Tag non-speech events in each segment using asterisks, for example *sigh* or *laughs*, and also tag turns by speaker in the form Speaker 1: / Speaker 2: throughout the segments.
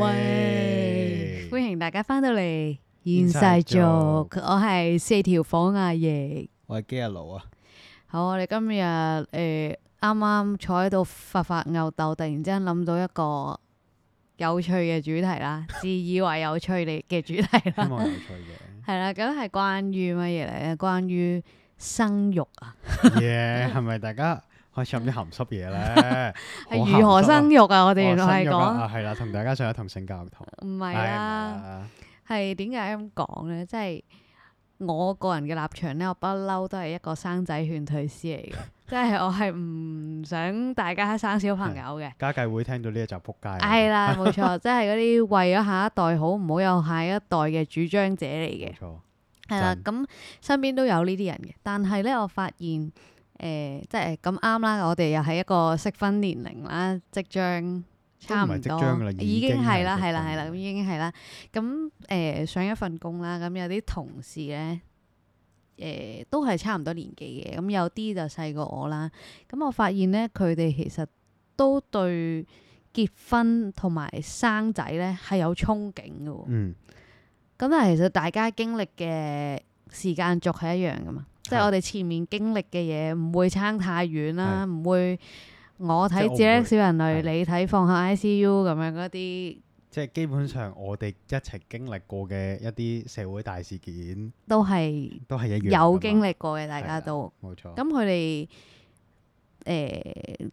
Speaker 1: 喂，
Speaker 2: 歡迎大家翻到嚟現
Speaker 1: Inside
Speaker 2: 世族，我
Speaker 1: Joke
Speaker 2: 係四條房阿奕。
Speaker 1: 我係基阿奴啊，
Speaker 2: 好，我哋今日誒啱啱坐喺度發發吽豆，突然之間諗到一個有趣嘅主題
Speaker 1: *laughs*
Speaker 2: 啦，自以為有趣嘅嘅主題
Speaker 1: 希 *laughs*
Speaker 2: 啦，
Speaker 1: 望有趣嘅，
Speaker 2: 係啦，咁係關於乜嘢嚟咧？關於生育啊，
Speaker 1: 耶，係咪大家開始諗啲鹹濕嘢咧？
Speaker 2: *laughs* 係如何生
Speaker 1: 育？
Speaker 2: 育啊？我哋
Speaker 1: 我
Speaker 2: 原來係講
Speaker 1: 係啦，同大家上一堂性教育堂，
Speaker 2: 唔係
Speaker 1: 係啊
Speaker 2: 啦。，係點解咁講呢？即係我個人嘅立場呢，我不嬲都係一個生仔勸退師 *laughs* 嚟嘅，即係我係唔想大家生小朋友嘅。
Speaker 1: 家計會聽到呢一集撲街啊，
Speaker 2: 係啦，冇錯，即係嗰啲為咗下一代好，唔好有下一代嘅主張者嚟嘅
Speaker 1: 冇。錯，
Speaker 2: 係啦，
Speaker 1: 真
Speaker 2: 咁身邊都有呢啲人嘅，但係咧，我發現誒、呃即係咁啱啦，我哋又係一個適婚年齡啦，即將差唔
Speaker 1: 都唔係即
Speaker 2: 多
Speaker 1: 將㗎啦，
Speaker 2: 已
Speaker 1: 已
Speaker 2: 經
Speaker 1: 經
Speaker 2: 係啦，
Speaker 1: 係
Speaker 2: 係啦，
Speaker 1: 適婚
Speaker 2: 係啦，
Speaker 1: 啦
Speaker 2: 咁已經係啦。咁誒、呃上一份工啦，咁有啲同事咧。誒、都係差唔多年紀嘅，咁有啲就細過我啦。咁我發現咧，佢哋其實都對結婚同埋生仔咧係有憧憬嘅喎。
Speaker 1: 嗯，
Speaker 2: 咁但係其實大家經歷嘅時間軸係一樣噶嘛，即係
Speaker 1: 係
Speaker 2: 我哋前面經歷嘅嘢唔會差太遠啦，唔會我睇
Speaker 1: 即係
Speaker 2: 《
Speaker 1: 我唔
Speaker 2: 自
Speaker 1: 會
Speaker 2: 溺小人
Speaker 1: 係
Speaker 2: 類》，你睇《放下 ICU》咁樣嗰啲
Speaker 1: 即係基本上我哋一齊經歷過嘅一啲社會大事件
Speaker 2: 都係
Speaker 1: 都係一樣㗎嘛，
Speaker 2: 有經歷過嘅，大
Speaker 1: 係啊
Speaker 2: 家
Speaker 1: 啦
Speaker 2: 都。
Speaker 1: 冇錯，
Speaker 2: 咁佢哋誒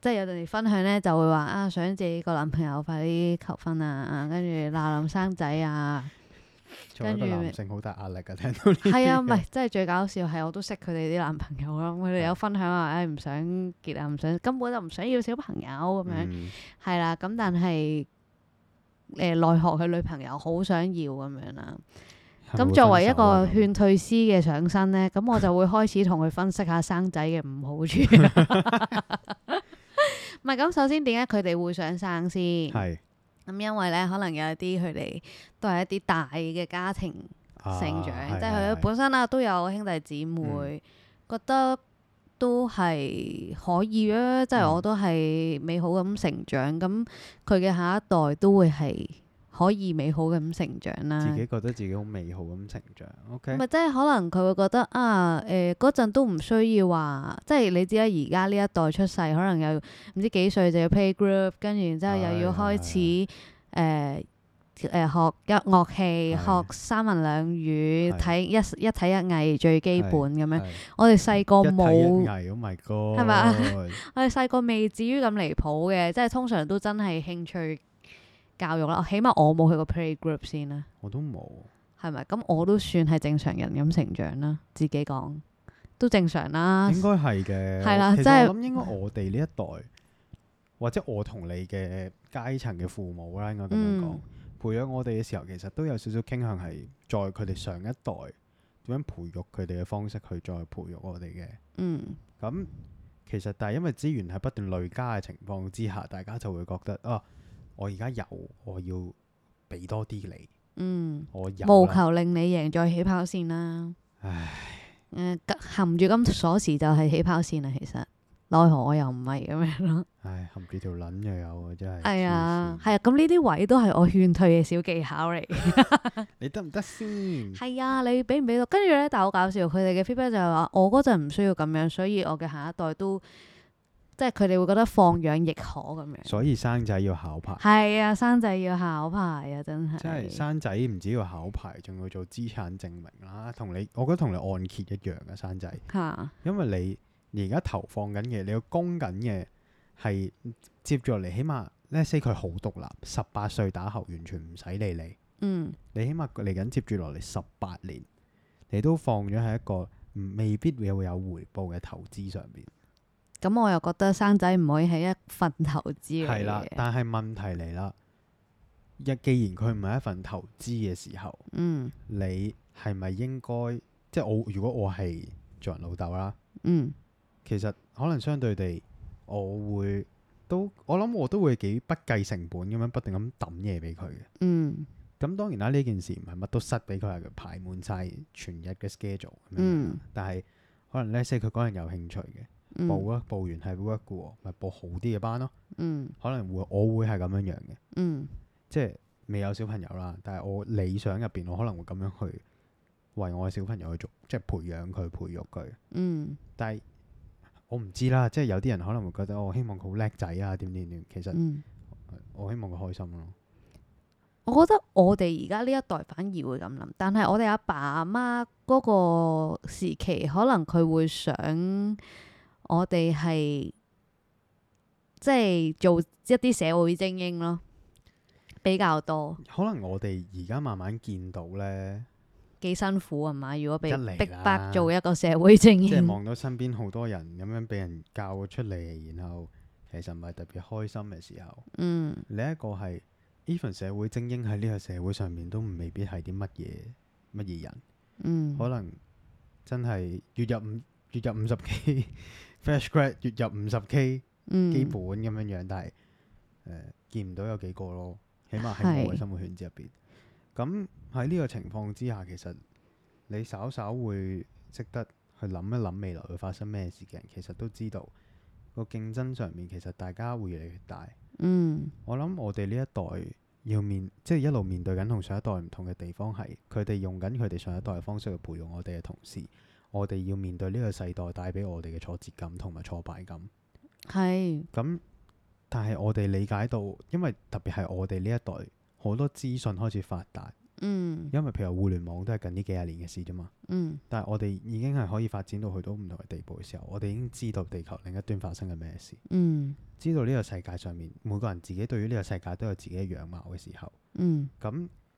Speaker 2: 即係有陣時分享咧，就會話啊，想自己個男朋友快啲求婚啊，跟住嗱臨生仔啊。
Speaker 1: 作為一個
Speaker 2: 跟住
Speaker 1: 男性好大壓力啊，聽到呢啲 *laughs*
Speaker 2: 係
Speaker 1: 嘢
Speaker 2: 啊，唔係，真係最搞笑係我都識佢哋啲男朋友啦。佢哋有分享話，唉，唔想結啊，唔想根本就唔想要小朋友咁樣，
Speaker 1: 嗯
Speaker 2: 係啦。咁但係誒奈何佢女朋友好想要咁樣啦。
Speaker 1: 係咪
Speaker 2: 咁
Speaker 1: 會
Speaker 2: 作為
Speaker 1: 分
Speaker 2: 一
Speaker 1: 手啊
Speaker 2: 個
Speaker 1: 咁
Speaker 2: 勸退師嘅上身咧，咁我就會開始同佢分析下生仔嘅唔好處啦。 *laughs* 唔係咁，首先點解佢哋會想生先？
Speaker 1: 啊係
Speaker 2: 咁因為咧，可能有一啲佢哋都係一啲大嘅家庭。
Speaker 1: 啊
Speaker 2: 成長，
Speaker 1: 係
Speaker 2: 即係
Speaker 1: 係
Speaker 2: 佢
Speaker 1: 係嗯
Speaker 2: 本身啦都有兄弟姊妹，覺得都係可以啊！即係
Speaker 1: 嗯
Speaker 2: 我都係美好咁成長，咁佢嘅下一代都會係可以美好咁成長啦。
Speaker 1: 自己覺得自己好美好咁成長。OK，
Speaker 2: 咪即係可能佢會覺得啊，誒嗰陣都唔需要話，即係你知啦，而家呢一代出世，可能又唔知幾歲就要 play group，跟住然之後又要開始誒誒、學一樂
Speaker 1: 係
Speaker 2: 器，學三文兩語，
Speaker 1: 係
Speaker 2: 睇一一睇一藝最基本咁樣。
Speaker 1: 係
Speaker 2: 我哋細個
Speaker 1: 一睇一
Speaker 2: 冇，
Speaker 1: 藝，Oh my God，
Speaker 2: 係咪啊我哋細個未至於咁離譜嘅，即係通常都真係興趣教育啦。起碼我冇去過 play group 先啦。
Speaker 1: *laughs* 我都冇，
Speaker 2: 係咪？咁我都算係正常人咁成長啦，自己講都正常啦。
Speaker 1: 應該係嘅。
Speaker 2: 啊係啦
Speaker 1: 其實
Speaker 2: 即係
Speaker 1: 我諗應該我哋呢一代，或者我同你嘅階層嘅父母啦，應該咁樣講
Speaker 2: 嗯，
Speaker 1: 培養我哋嘅時候，其實都有少少傾向係在佢哋上一代點樣培育佢哋嘅方式去再培育我哋嘅。
Speaker 2: 嗯，
Speaker 1: 咁其實但係因為資源係不斷累加嘅情況之下，大家就會覺得啊，我而家有，我要俾多啲你，
Speaker 2: 嗯，
Speaker 1: 我有啊
Speaker 2: 務
Speaker 1: 啦
Speaker 2: 求令你贏在起跑線啦。
Speaker 1: 唉，
Speaker 2: 誒、含住金鎖匙就係起跑線啦。其實奈何我又唔係咁
Speaker 1: *laughs*
Speaker 2: 樣咯。
Speaker 1: 唉，含住條撚又有啊，真係。
Speaker 2: 係啊，
Speaker 1: 黐線
Speaker 2: 係啊，咁呢啲位都係我勸退嘅小技巧
Speaker 1: *laughs*
Speaker 2: 嚟嘅。
Speaker 1: 你得唔得先？
Speaker 2: 係啊，你俾唔俾到？跟住咧，但係好搞笑，佢哋嘅 feedback 就係話，我嗰陣唔需要咁樣，所以我嘅下一代都即係佢哋會覺得放養亦可咁樣。
Speaker 1: 所以生仔要考牌，
Speaker 2: 係啊，生仔要考牌啊，真係。
Speaker 1: 即係生仔唔只要考牌，仲要做資產證明啦。同你，我覺得同你按揭一樣嘅生仔，
Speaker 2: 嚇，
Speaker 1: 因為你而家投放緊嘅，你要供緊嘅係接住落嚟，起碼 let's say 佢好獨立，十八歲打後完全唔使理你。
Speaker 2: 嗯
Speaker 1: 你起碼嚟緊接住落嚟十八年，你都放咗喺一個唔未必會有回報嘅投資上邊。
Speaker 2: 咁我又覺得生仔唔可以係一份投資嚟
Speaker 1: 係啦，
Speaker 2: 嘅，
Speaker 1: 但係問題嚟啦，一既然佢唔係一份投資嘅時候，
Speaker 2: 嗯
Speaker 1: 你係咪應該即係我如果我係做人老豆啦，
Speaker 2: 嗯
Speaker 1: 其實可能相對地，我會都我諗我都會幾不計成本咁樣不斷咁抌嘢俾佢嘅。
Speaker 2: 嗯
Speaker 1: 咁當然啦，呢件事唔係乜都塞俾佢，係排滿晒全日嘅 schedule 咁樣。
Speaker 2: 嗯
Speaker 1: 但係可能呢 s 佢嗰人有興趣嘅，
Speaker 2: 嗯
Speaker 1: 報啊報完係 work 嘅喎，咪報好啲嘅班咯。
Speaker 2: 嗯
Speaker 1: 可能會我會係咁樣樣嘅，
Speaker 2: 嗯
Speaker 1: 即係未有小朋友啦，但係我理想入邊，我可能會咁樣去為我嘅小朋友去做，即係培養佢、培育佢。
Speaker 2: 嗯
Speaker 1: 但係我唔知啦，即係有啲人可能會覺得哦我希望佢好叻仔啊，點點點。其實
Speaker 2: 嗯，
Speaker 1: 我希望佢開心咯。
Speaker 2: 我覺得我哋而家呢一代反而會咁諗，但係我哋阿爸阿媽嗰個時期，可能佢會想我哋係即係做一啲社會精英咯，比較多，
Speaker 1: 可能我哋而家慢慢見到咧，
Speaker 2: 幾辛苦係嘛？如果
Speaker 1: 一
Speaker 2: 被
Speaker 1: 嚟
Speaker 2: 逼
Speaker 1: 啦
Speaker 2: 迫做一個社會精
Speaker 1: 即係
Speaker 2: 英，
Speaker 1: 望到身邊好多人咁樣俾人教咗出嚟，然後其實唔係特別開心嘅時候。
Speaker 2: 嗯，
Speaker 1: 另一個係 even 社會精英喺呢個社會上面都未必係啲乜嘢乜嘢人，
Speaker 2: 嗯
Speaker 1: 可能真係月入五月入五十 K *laughs* fresh grad 月入五十 K
Speaker 2: 嗯，
Speaker 1: 基本咁樣樣，但係誒、呃、見唔到有幾個咯，起碼喺我嘅
Speaker 2: 係
Speaker 1: 生活圈子入邊。咁喺呢個情況之下，其實你稍稍會識得去諗一諗未來會發生咩事嘅人，其實都知道個競爭上面其實大家會越嚟越大。
Speaker 2: 嗯
Speaker 1: 我諗我哋呢一代要面，即係一路面對緊同上一代唔同嘅地方係，佢哋用緊佢哋上一代嘅方式去培育我哋嘅同時，我哋要面對呢個世代帶俾我哋嘅挫折感同埋挫敗感。
Speaker 2: 係
Speaker 1: 咁但係我哋理解到，因為特別係我哋呢一代好多資訊開始發達，
Speaker 2: 嗯
Speaker 1: 因為譬如互聯網都係近呢幾廿年嘅事啫嘛。
Speaker 2: 嗯
Speaker 1: 但係我哋已經係可以發展到去到唔同嘅地步嘅時候，我哋已經知道地球另一端發生緊咩事，
Speaker 2: 嗯
Speaker 1: 知道呢個世界上面每個人自己對於呢個世界都有自己嘅樣貌嘅時候。
Speaker 2: 嗯
Speaker 1: 咁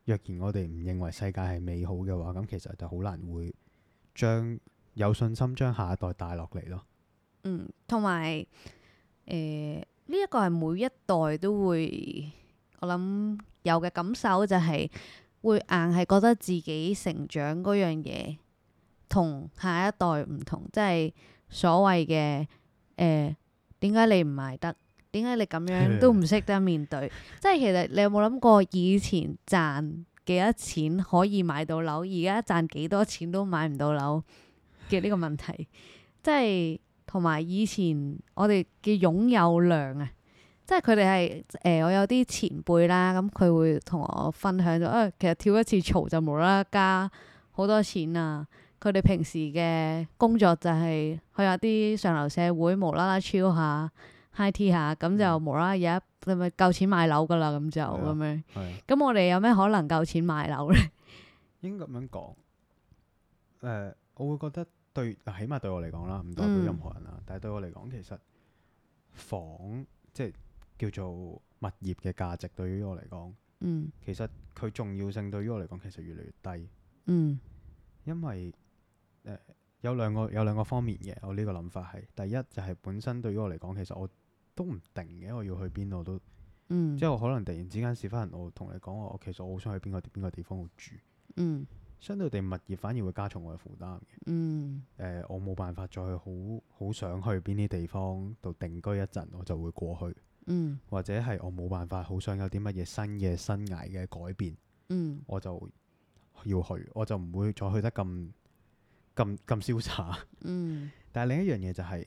Speaker 1: 若然我哋唔認為世界係美好嘅話，咁其實就好難會將有信心將下一代帶落嚟咯。
Speaker 2: 嗯，同埋誒呢一個係每一代都會，我諗有嘅感受就係會硬係覺得自己成長嗰樣嘢同下一代唔同，即係所謂嘅誒點解你唔賣得？點解你咁樣都唔識得面對？即係其實你有冇諗過以前賺幾多錢可以買到樓，而家賺幾多錢都買唔到樓嘅呢個問題？即係同埋以前我哋嘅擁有量啊，即係佢哋係誒我有啲前輩啦，咁佢會同我分享咗，誒、哎其實跳一次槽就無啦啦加好多錢啊！佢哋平時嘅工作就係去下啲上流社會無啦啦 chill 下 high tea 下，咁就無啦啦有一咁咪夠錢買樓噶啦，咁就
Speaker 1: 嗯係啊
Speaker 2: 咁樣。
Speaker 1: 係啊
Speaker 2: 咁我哋有咩可能夠錢買樓咧？
Speaker 1: 應該咁樣講。誒、我會覺得對，起碼對我嚟講啦，唔代表
Speaker 2: 嗯
Speaker 1: 任何人啦。但係對我嚟講，其實房即係叫做物業嘅價值，對於我嚟講，
Speaker 2: *laughs* 嗯
Speaker 1: 其實佢重要性對於我嚟講其實越嚟越低，
Speaker 2: 嗯
Speaker 1: 因為誒、呃有兩個有兩個方面嘅。我呢個諗法係第一就係本身對於我嚟講，其實我都唔定嘅，我要去邊度都，
Speaker 2: 嗯
Speaker 1: 即係我可能突然之間事翻人，我同你講我其實我好想去邊個邊個地方度住，
Speaker 2: 嗯
Speaker 1: 相對地物業反而會加重我嘅負擔。
Speaker 2: 嗯
Speaker 1: 誒、我冇辦法再去好好想去邊啲地方度定居一陣，我就會過去，
Speaker 2: 嗯
Speaker 1: 或者係我冇辦法好想有啲乜嘢新嘅生涯嘅改變，
Speaker 2: 嗯
Speaker 1: 我就要去，我就唔會再去得咁咁咁瀟灑。
Speaker 2: 嗯，
Speaker 1: 但係另一樣嘢就係、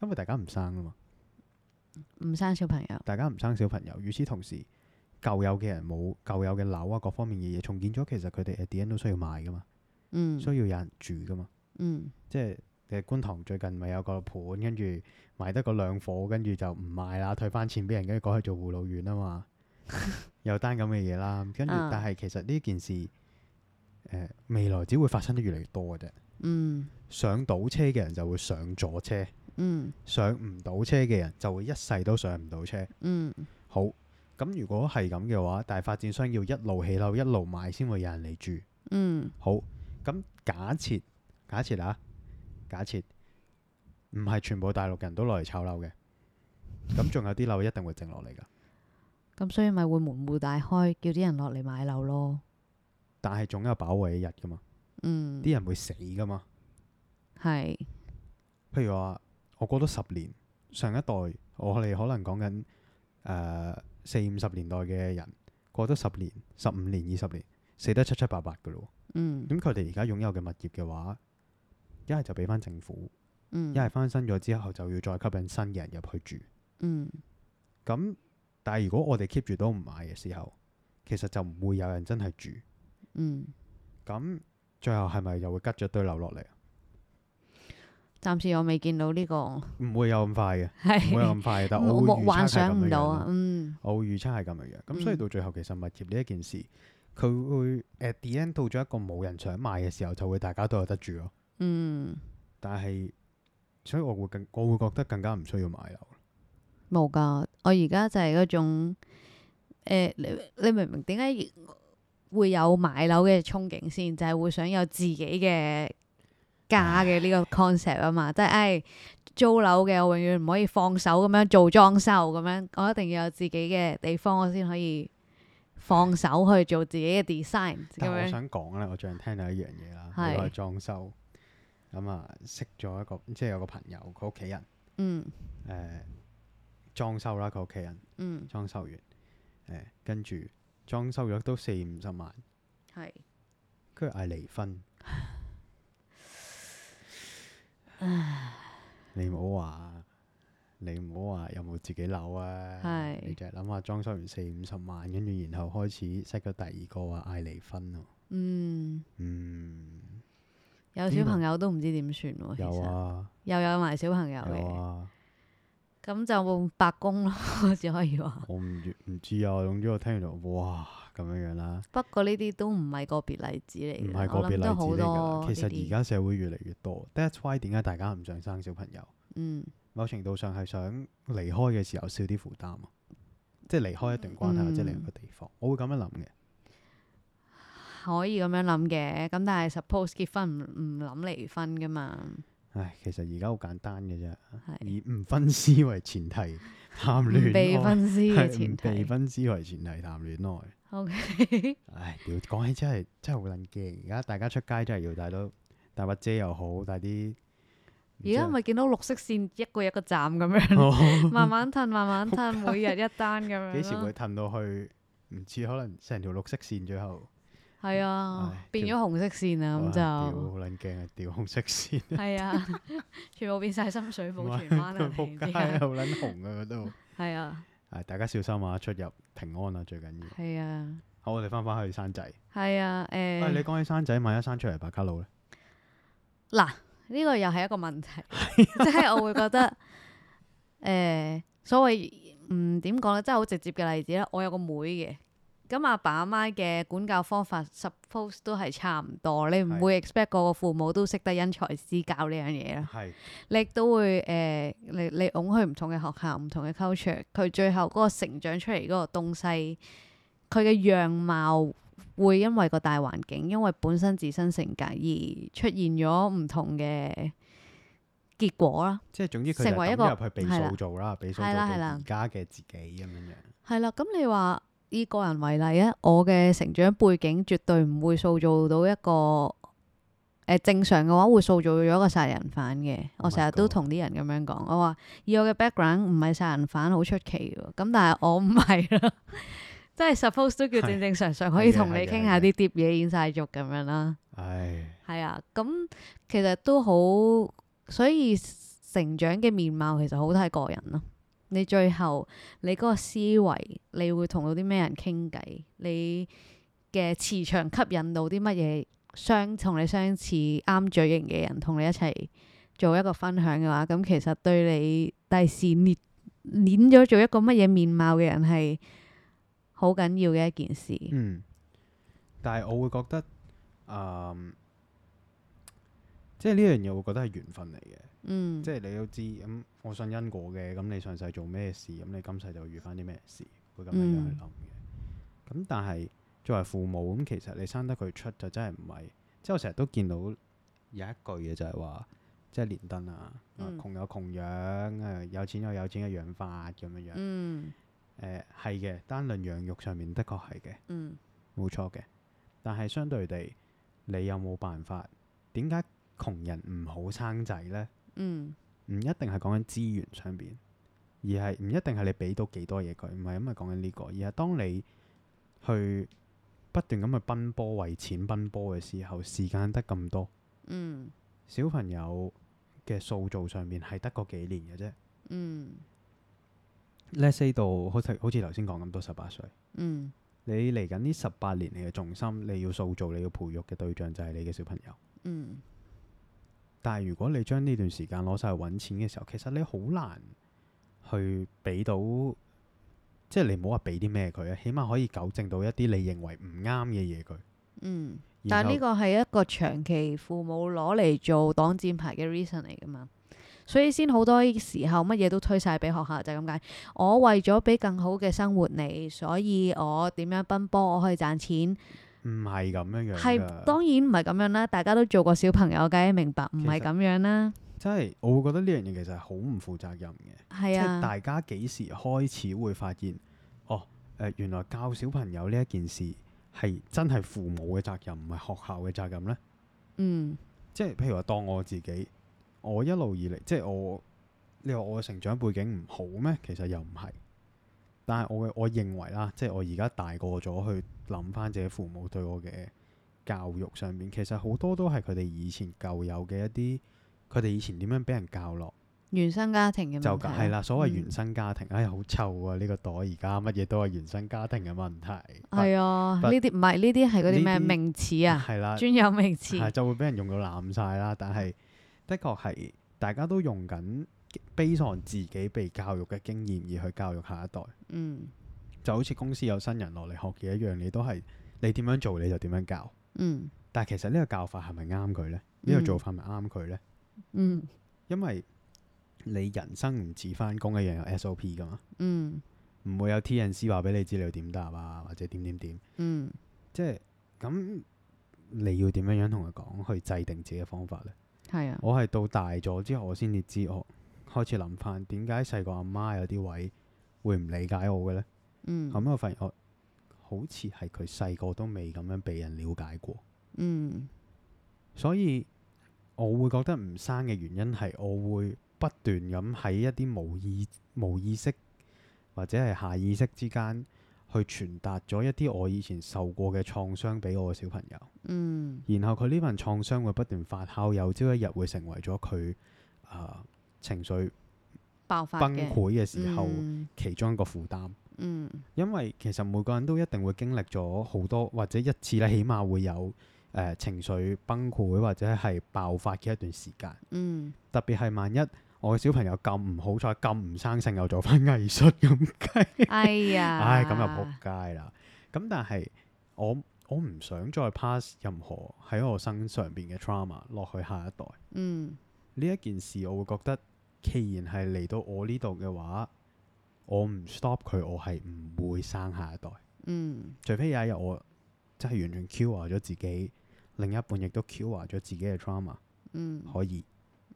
Speaker 1: 因為大家唔生啊嘛，
Speaker 2: 唔生小朋友。
Speaker 1: 大家唔生小朋友，與此同時，舊有嘅人冇舊有嘅樓啊，各方面嘅嘢重建咗，其實佢哋 at the end 都需要賣噶嘛，
Speaker 2: 嗯
Speaker 1: 需要有人住噶嘛。
Speaker 2: 嗯
Speaker 1: 即係誒觀塘最近咪有個盤，跟住賣得個兩伙，跟住就唔賣啦，退翻錢俾人，跟住改去做護老院啊
Speaker 2: *laughs*
Speaker 1: 嘛，有單咁嘅嘢啦。跟住
Speaker 2: 啊
Speaker 1: 但係其實呢件事誒、呃未來只會發生得越嚟越多嘅啫。
Speaker 2: 嗯
Speaker 1: 上到車嘅人就會上咗車，
Speaker 2: 嗯
Speaker 1: 上唔到車嘅人就會一世都上唔到車。
Speaker 2: 嗯
Speaker 1: 好咁，如果係咁嘅話，但係發展商要一路起樓一路賣先會有人嚟住。
Speaker 2: 嗯
Speaker 1: 好，咁假設假設啊，假設唔係全部大陸人都落嚟炒樓嘅，咁仲有啲樓一定會剩落嚟噶。
Speaker 2: 咁所以咪會門户大開，叫啲人落嚟買樓咯。
Speaker 1: 但係總有飽和嘅一日噶嘛，
Speaker 2: 嗯，
Speaker 1: 啲人會死噶嘛。
Speaker 2: 係
Speaker 1: 譬如話，我過咗十年，上一代我哋可能講緊誒四五十年代嘅人，過咗十年、十五年、二十年，死得七七八八噶咯
Speaker 2: 嗯
Speaker 1: 喎。咁佢哋而家擁有嘅物業嘅話，一係就俾翻政府，
Speaker 2: 嗯
Speaker 1: 一係翻新咗之後就要再吸引新嘅人入去住。
Speaker 2: 嗯
Speaker 1: 咁但係如果我哋 keep 住都唔買嘅時候，其實就唔會有人真係住。
Speaker 2: 嗯，
Speaker 1: 咁最後係咪又會吉咗堆樓落嚟啊？
Speaker 2: 暫時我未見到呢個
Speaker 1: 唔會有咁快嘅，唔會有
Speaker 2: 係，
Speaker 1: 咁快嘅。啊但我
Speaker 2: 我
Speaker 1: 會預測
Speaker 2: 冇幻
Speaker 1: 係
Speaker 2: 想
Speaker 1: 咁
Speaker 2: 唔
Speaker 1: 樣樣
Speaker 2: 到啊
Speaker 1: 咯。，
Speaker 2: 嗯
Speaker 1: 我會預測係咁樣樣。咁所以
Speaker 2: 嗯
Speaker 1: 到最後，其實物業呢一件事，佢會 at the end 到咗一個冇人想買嘅時候，就會大家都有得住咯。
Speaker 2: 嗯，
Speaker 1: 但係，所以我會更，我會覺得更加唔需要買樓。
Speaker 2: 冇噶，我而家就係嗰種誒，你你明唔明點解會有買樓嘅憧憬先？就係會想有自己嘅家嘅呢個 concept 啊嘛，即係誒租樓嘅，我永遠唔可以放手咁樣做裝修咁樣，我一定要有自己嘅地方，我先可以放手去做自己嘅 design 咁
Speaker 1: 但係我
Speaker 2: 樣。
Speaker 1: 想講咧，我最近聽到一樣嘢啦，
Speaker 2: 係
Speaker 1: 佢話裝修咁啊，識咗一個即係有個朋友，佢屋企人
Speaker 2: 嗯
Speaker 1: 誒裝修啦，佢屋企人
Speaker 2: 嗯，
Speaker 1: 裝修完誒，跟住裝修咗都四五十萬，
Speaker 2: 係。
Speaker 1: 跟住嗌離婚。你唔好話，你唔好話有冇自己樓啊？
Speaker 2: 係
Speaker 1: 你就係諗下裝修完四五十萬，跟住然後開始識咗第二個話嗌離婚咯。
Speaker 2: 嗯，
Speaker 1: 嗯，
Speaker 2: 有
Speaker 1: 呢
Speaker 2: 小
Speaker 1: 個
Speaker 2: 朋友都唔知點算哦喎，其
Speaker 1: 啊有
Speaker 2: 實
Speaker 1: 啊，
Speaker 2: 又有埋小朋友
Speaker 1: 有
Speaker 2: 嘅，
Speaker 1: 啊，
Speaker 2: 咁就白工咯， *laughs* 我只可以話。
Speaker 1: 我唔知唔知啊。總之我聽完就哇咁樣樣啦，
Speaker 2: 不過呢啲都唔係個別例子
Speaker 1: 唔
Speaker 2: 嚟
Speaker 1: 係
Speaker 2: 嘅，
Speaker 1: 個
Speaker 2: 我
Speaker 1: 別例
Speaker 2: 諗
Speaker 1: 子
Speaker 2: 都好
Speaker 1: 嚟
Speaker 2: 多
Speaker 1: 㗎。
Speaker 2: 呢
Speaker 1: 其實
Speaker 2: 啲
Speaker 1: 而家社會越嚟越多，that's why 點解大家唔想生小朋友？
Speaker 2: 嗯
Speaker 1: 某程度上係想離開嘅時候少啲負擔啊，即係離開一段關係或者
Speaker 2: 嗯
Speaker 1: 離開一個地方，我會咁樣諗嘅。
Speaker 2: 可以咁樣諗嘅，咁但係 suppose 結婚唔唔諗離婚㗎嘛，
Speaker 1: 唉，其實而家好簡單嘅啫，
Speaker 2: 係
Speaker 1: 以唔分屍為前提談
Speaker 2: 唔被
Speaker 1: 戀愛，
Speaker 2: 分屍嘅
Speaker 1: 係唔
Speaker 2: 前
Speaker 1: 被
Speaker 2: *laughs* 提。
Speaker 1: 分屍為前提談戀愛。
Speaker 2: O K，
Speaker 1: 唉，屌，講起真係真係好撚驚。而家大家出街真係要帶到帶把遮又好，帶啲啊
Speaker 2: 而
Speaker 1: *laughs*
Speaker 2: 家咪見到綠色線一個一個站咁樣，
Speaker 1: 咪
Speaker 2: 慢慢褪，慢慢褪，每日一單咁樣。
Speaker 1: 幾時會？褪到去？唔知可能成條綠色線最後，
Speaker 2: 係啊
Speaker 1: 唉，
Speaker 2: 變咗
Speaker 1: 條
Speaker 2: 紅色線啊，
Speaker 1: 哇
Speaker 2: 咁
Speaker 1: 屌
Speaker 2: 就。
Speaker 1: 好撚驚啊！屌紅色線。
Speaker 2: 係啊，全部變晒深水
Speaker 1: *laughs* 唔
Speaker 2: 埗
Speaker 1: 係
Speaker 2: 荃灣啦，突
Speaker 1: 仆
Speaker 2: 然之
Speaker 1: 街啊
Speaker 2: 間
Speaker 1: 好撚紅啊嗰
Speaker 2: *laughs*
Speaker 1: 度。
Speaker 2: 係啊，
Speaker 1: 係大家小心啊，出入平安啊，最緊要。
Speaker 2: 係啊，
Speaker 1: 好，我哋翻返去山仔。
Speaker 2: 係啊，
Speaker 1: 喂，你
Speaker 2: 誒，
Speaker 1: 講起山仔，萬一生出嚟白卡佬咧，
Speaker 2: 嗱，呢個又係一個
Speaker 1: *laughs*
Speaker 2: 問題，
Speaker 1: 啊
Speaker 2: 即係我會覺得 *laughs* 誒，所謂嗯點講咧，即係好直接嘅例子啦。我有個妹嘅，咁阿爸阿媽嘅管教方法，suppose 都係差唔多，你唔
Speaker 1: 係
Speaker 2: 會 expect 個個父母都識得因材施教呢樣嘢啦。
Speaker 1: 係
Speaker 2: 你亦都會誒、呃你你擁去唔同嘅學校、唔同嘅 culture，佢最後嗰個成長出嚟嗰個東西，佢嘅樣貌會因為個大環境，因為本身自身性格而出現咗唔同嘅結果啦。
Speaker 1: 即係總之佢
Speaker 2: 成為一
Speaker 1: 就
Speaker 2: 個
Speaker 1: 抌入去
Speaker 2: 係
Speaker 1: 被
Speaker 2: 啦
Speaker 1: 塑造啦，被塑造
Speaker 2: 係啦
Speaker 1: 到
Speaker 2: 係啦
Speaker 1: 而家嘅自己咁樣樣。
Speaker 2: 係啦，咁你話以個人為例啊，我嘅成長背景絕對唔會塑造到一個誒、呃正常嘅話，會塑造咗一個殺人犯嘅。我
Speaker 1: Oh my
Speaker 2: 成日都
Speaker 1: God
Speaker 2: 同啲人咁樣講，我話以我嘅 background 唔係殺人犯好出奇喎，咁但係我唔係啦， *laughs* 即係 suppose 都叫正正常常可
Speaker 1: 係
Speaker 2: 以
Speaker 1: 嘅
Speaker 2: 同你
Speaker 1: 係嘅
Speaker 2: 傾下
Speaker 1: 係嘅
Speaker 2: 啲碟嘢演晒肉咁樣啦。
Speaker 1: 唉，
Speaker 2: 係啊，咁其實都好，所以成長嘅面貌其實好睇個人咯。你最後你嗰個思維，你會同到啲咩人傾偈，你嘅磁場吸引到啲乜嘢相同你相似啱嘴型嘅人，同你一齊做一個分享嘅話，咁其實對你第時捏捏咗做一個乜嘢面貌嘅人係好緊要嘅一件事。
Speaker 1: 嗯。但係我會覺得，嗯，即係呢樣嘢，我會覺得係緣分嚟嘅。
Speaker 2: 嗯
Speaker 1: 即係啊你都知咁，我信因果嘅，咁你上世做咩事，咁你今世就會遇翻啲咩事，會咁樣
Speaker 2: 嗯
Speaker 1: 樣去諗嘅。咁、但係作為父母，咁其實你生得佢出就真係唔係，即係我成日都見到有一句嘢就係話，即係連登啊，啊
Speaker 2: 嗯
Speaker 1: 窮有窮養，誒有錢有有錢嘅養法咁樣樣，
Speaker 2: 嗯
Speaker 1: 誒係嘅，單論養育上面的確係嘅。
Speaker 2: 嗯
Speaker 1: 冇錯嘅。但係相對地，你有冇辦法？點解窮人唔好生仔呢？
Speaker 2: 嗯
Speaker 1: 唔一定係講緊資源上邊，而係唔一定係你俾到幾多嘢佢，唔係因為講緊呢個，而係當你去不斷咁去奔波為錢奔波嘅時候，時間得咁多，
Speaker 2: 嗯
Speaker 1: 小朋友嘅塑造上面係得嗰幾年嘅啫。
Speaker 2: 嗯
Speaker 1: Let's say 到好似好似頭先講咁，到十八歲，
Speaker 2: 嗯
Speaker 1: 你嚟緊呢十八年，你嘅重心，你要塑造、你要培育嘅對象就係你嘅小朋友。
Speaker 2: 嗯，
Speaker 1: 但係如果你將呢段時間攞晒去揾錢嘅時候，其實你好難去俾到，即係你唔好話俾啲咩佢啊，起碼可以糾正到一啲你認為唔啱嘅嘢佢。
Speaker 2: 嗯，
Speaker 1: 然
Speaker 2: 但係
Speaker 1: 後
Speaker 2: 呢個係一個長期父母攞嚟做擋箭牌嘅 reason 嚟噶嘛，所以先好多時候乜嘢都推晒俾學校就係咁解。我為咗俾更好嘅生活你，所以我點樣奔波，我可以賺錢，
Speaker 1: 唔係啊咁樣樣
Speaker 2: 係
Speaker 1: 㗎
Speaker 2: 當然唔係咁樣啦。大家都做過小朋友，梗係明白唔係
Speaker 1: 其實
Speaker 2: 咁樣啦。
Speaker 1: 真係我會覺得呢樣嘢其實係好唔負責任嘅。
Speaker 2: 係
Speaker 1: 即係
Speaker 2: 啊，
Speaker 1: 大家幾時開始會發現，哦，誒、原來教小朋友呢一件事係真係父母嘅責任，唔係學校嘅責任呢？
Speaker 2: 嗯
Speaker 1: 即係譬如話當我自己，我一路以嚟，即係我你話我嘅成長背景唔好咩？其實又唔係，但係我嘅我認為啦，即係我而家大個咗去諗翻自己父母對我嘅教育上面，其實好多都係佢哋以前舊有嘅一啲，佢哋以前點樣俾人教落。
Speaker 2: 原生家庭嘅
Speaker 1: 就
Speaker 2: 問題
Speaker 1: 係啦，所謂
Speaker 2: 嗯
Speaker 1: 原生家庭，哎呀好臭啊！呢個袋而家乜嘢都係原生家庭嘅問題，
Speaker 2: 係啊，
Speaker 1: 不
Speaker 2: 呢啲唔係呢啲係嗰啲
Speaker 1: 呢啲
Speaker 2: 咩名詞啊，
Speaker 1: 係啦，
Speaker 2: 專有名
Speaker 1: 係
Speaker 2: 詞。
Speaker 1: 就會俾人用到濫晒啦。但係的確係大家都用緊 base on 自己被教育嘅經驗而去教育下一代，
Speaker 2: 嗯
Speaker 1: 就好似公司有新人落嚟學嘢一樣，你都係你點樣做你就點樣教。
Speaker 2: 嗯
Speaker 1: 但係其實呢個教法係咪啱佢呢？呢個
Speaker 2: 嗯
Speaker 1: 做法咪啱佢呢？
Speaker 2: 嗯
Speaker 1: 因為你人生唔似翻工一樣有 SOP 噶嘛，
Speaker 2: 嗯
Speaker 1: 唔會有 TNC 話俾你知你要點答啊，或者點點點。
Speaker 2: 嗯，
Speaker 1: 即係咁，你要點樣樣同佢講去制定自己嘅方法呢？
Speaker 2: 係啊，
Speaker 1: 我係到大咗之後，我先至知我開始諗翻點解細個阿媽有啲位會唔理解我嘅呢？
Speaker 2: 嗯
Speaker 1: 後尾我發現我哦好似係佢細個都未咁樣被人了解過，
Speaker 2: 嗯
Speaker 1: 所以我會覺得唔生嘅原因係我會不斷咁喺一啲無意無意識或者係下意識之間去傳達咗一啲我以前受過嘅創傷俾我嘅小朋友。
Speaker 2: 嗯
Speaker 1: 然後佢呢份創傷會不斷發酵，有朝一日會成為咗佢啊情緒
Speaker 2: 爆發
Speaker 1: 崩
Speaker 2: 嘅
Speaker 1: 潰嘅時候
Speaker 2: 嗯
Speaker 1: 其中一個負擔。
Speaker 2: 嗯
Speaker 1: 因為其實每個人都一定會經歷咗好多或者一次咧，起碼會有誒、呃情緒崩潰或者係爆發嘅一段時間。
Speaker 2: 嗯
Speaker 1: 特別係萬一我嘅小朋友咁唔好彩，咁唔生性又做翻藝術咁計。
Speaker 2: 哎呀，
Speaker 1: 唉，咁又仆街啦。咁但係我我唔想再 pass 任何喺我身上邊嘅 trauma 落去下一代。
Speaker 2: 嗯
Speaker 1: 呢一件事，我會覺得，既然係嚟到我呢度嘅話，我唔 stop 佢，我係唔會生下一代。
Speaker 2: 嗯
Speaker 1: 除非有一日我真係完全 cure 咗自己，另一半亦都 cure 咗自己嘅 trauma，
Speaker 2: 嗯
Speaker 1: 可以。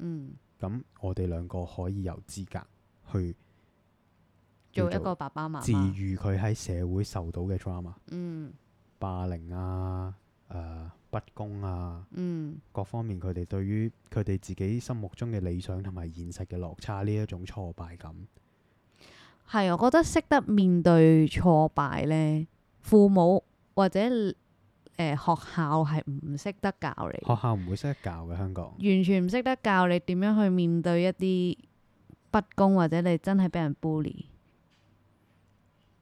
Speaker 2: 嗯，
Speaker 1: 咁我哋兩個可以有資格去叫
Speaker 2: 做一個爸爸媽
Speaker 1: 治
Speaker 2: 媽，
Speaker 1: 愈佢喺社會受到嘅 trauma。
Speaker 2: 嗯
Speaker 1: 霸凌啊、誒、不公啊，
Speaker 2: 嗯
Speaker 1: 各方面佢哋對於佢哋自己心目中嘅理想同埋現實嘅落差呢一種挫敗感，
Speaker 2: 係，我覺得識得面對挫敗咧，父母或者誒學校係唔識得教你。
Speaker 1: 學校唔會識得教嘅香港。
Speaker 2: 完全唔識得教你點樣去面對一啲不公或者你真係俾人 bully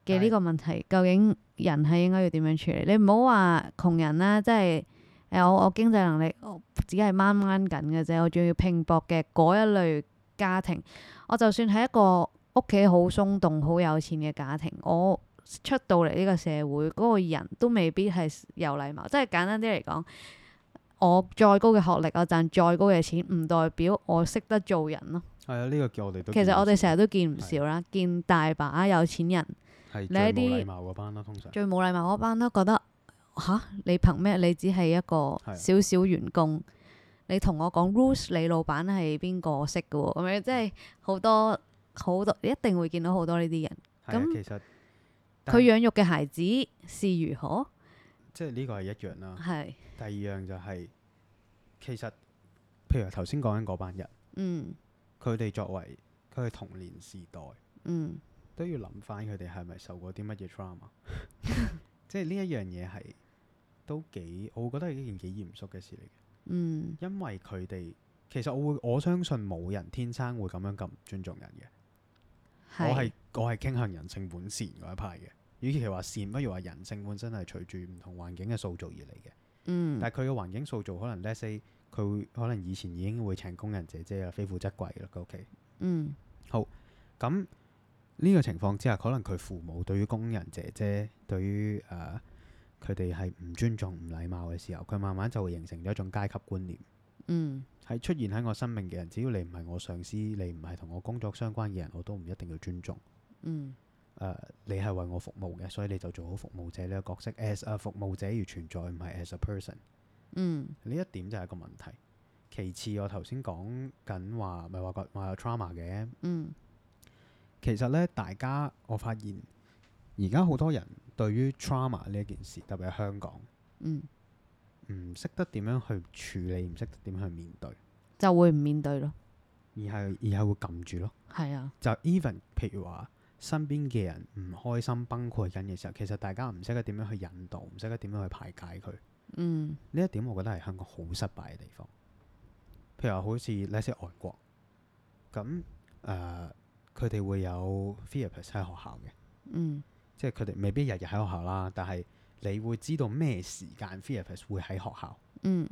Speaker 2: 嘅呢個問題，究竟人係應該要點樣處理？你唔好話窮人啦，即係誒我我經濟能力我只係掹掹緊嘅啫，我仲要拼搏嘅嗰一類家庭，我就算係一個屋企好鬆動、好有錢嘅家庭，我出到嚟呢個社會，嗰、個人都未必係有禮貌。即係簡單啲嚟講，我再高嘅學歷，我賺再高嘅錢，唔代表我識得做人咯。
Speaker 1: 係啊，呢、個叫我哋都
Speaker 2: 其實我哋成日
Speaker 1: 日
Speaker 2: 都見唔少啦，見大把有錢人
Speaker 1: 係
Speaker 2: 你一
Speaker 1: 最冇
Speaker 2: 啲
Speaker 1: 禮貌嗰班啦，通常
Speaker 2: 最冇禮貌嗰班都覺得吓，你憑咩？你只係一個
Speaker 1: 係啊
Speaker 2: 小小員工，你同我講 rules，你老闆係邊個識嘅喎？咁樣即係好多好多，一定會見到好多呢啲人。
Speaker 1: 係啊
Speaker 2: 咁
Speaker 1: 其實但
Speaker 2: 佢
Speaker 1: 係
Speaker 2: 養育嘅孩子是如何？
Speaker 1: 即係呢個係一樣啦。
Speaker 2: 係，
Speaker 1: 第二樣就係、其實譬如頭先講緊嗰班人，
Speaker 2: 嗯
Speaker 1: 佢哋作為佢哋童年時代。
Speaker 2: 嗯
Speaker 1: 都要諗翻佢哋係咪受過啲乜嘢
Speaker 2: *laughs*
Speaker 1: trauma，即係呢一樣嘢係都幾，我會覺得係一件幾嚴肅嘅事嚟嘅，
Speaker 2: 嗯
Speaker 1: 因為佢哋其實我會我相信冇人天生會咁樣咁唔尊重人嘅，我係
Speaker 2: 係，
Speaker 1: 我係傾向人性本善嗰一派嘅，與其話善，不如話人性本身係隨住唔同環境嘅塑造而嚟嘅。
Speaker 2: 嗯，
Speaker 1: 但係佢嘅環境塑造可能 let's say 佢會可能以前已經會請工人姐姐啦，非富則貴啦，佢屋企。
Speaker 2: 嗯，
Speaker 1: 咁呢個情況之下，可能佢父母對於工人姐姐，對於誒佢哋係唔尊重、唔禮貌嘅時候，佢慢慢就會形成咗一種階級觀念，
Speaker 2: 嗯，
Speaker 1: 係出現喺我生命嘅人，只要你唔係我上司，你唔係同我工作相關嘅人，我都唔一定要尊重。
Speaker 2: 嗯，
Speaker 1: 誒、你係為我服務嘅，所以你就做好服務者呢個角色，as a 服務者而存在，唔係 as a person。
Speaker 2: 嗯，
Speaker 1: 呢一點就係一個問題。其次，我頭先講緊話，咪話個話有 trauma 嘅，
Speaker 2: 嗯，
Speaker 1: 其實咧，大家我發現而家好多人對於 trauma 呢一件事，特別係香港，
Speaker 2: 嗯，
Speaker 1: 唔識得點樣去處理，唔識得點去面對，
Speaker 2: 就會唔面對咯，
Speaker 1: 而係而係會撳住咯。
Speaker 2: 係啊，
Speaker 1: 就 even 譬如話身邊嘅人唔開心崩潰緊嘅時候，其實大家唔識得點樣去引導，唔識得點樣去排解佢。
Speaker 2: 嗯，
Speaker 1: 呢一點我覺得係香港好失敗嘅地方。譬如話好似 let's say 外國，咁誒佢哋會有 therapist 喺學校嘅。
Speaker 2: 嗯，
Speaker 1: 即係佢哋未必日日喺學校啦，但係你會知道咩時間 therapist 會喺學校。
Speaker 2: 嗯，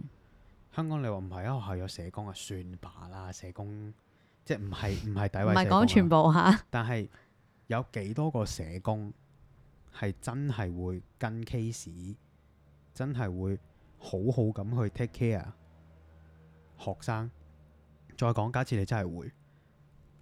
Speaker 1: 香港你話唔係啊，學校有社工啊，算罷啦，社工即係唔係唔係詆
Speaker 2: 唔
Speaker 1: 毀
Speaker 2: 係
Speaker 1: 社工
Speaker 2: 講
Speaker 1: 啊
Speaker 2: 全，部嚇，
Speaker 1: 但係有幾多個社工係真係會跟 case，真係會好好咁去 take care 學生。再講，假設你真係會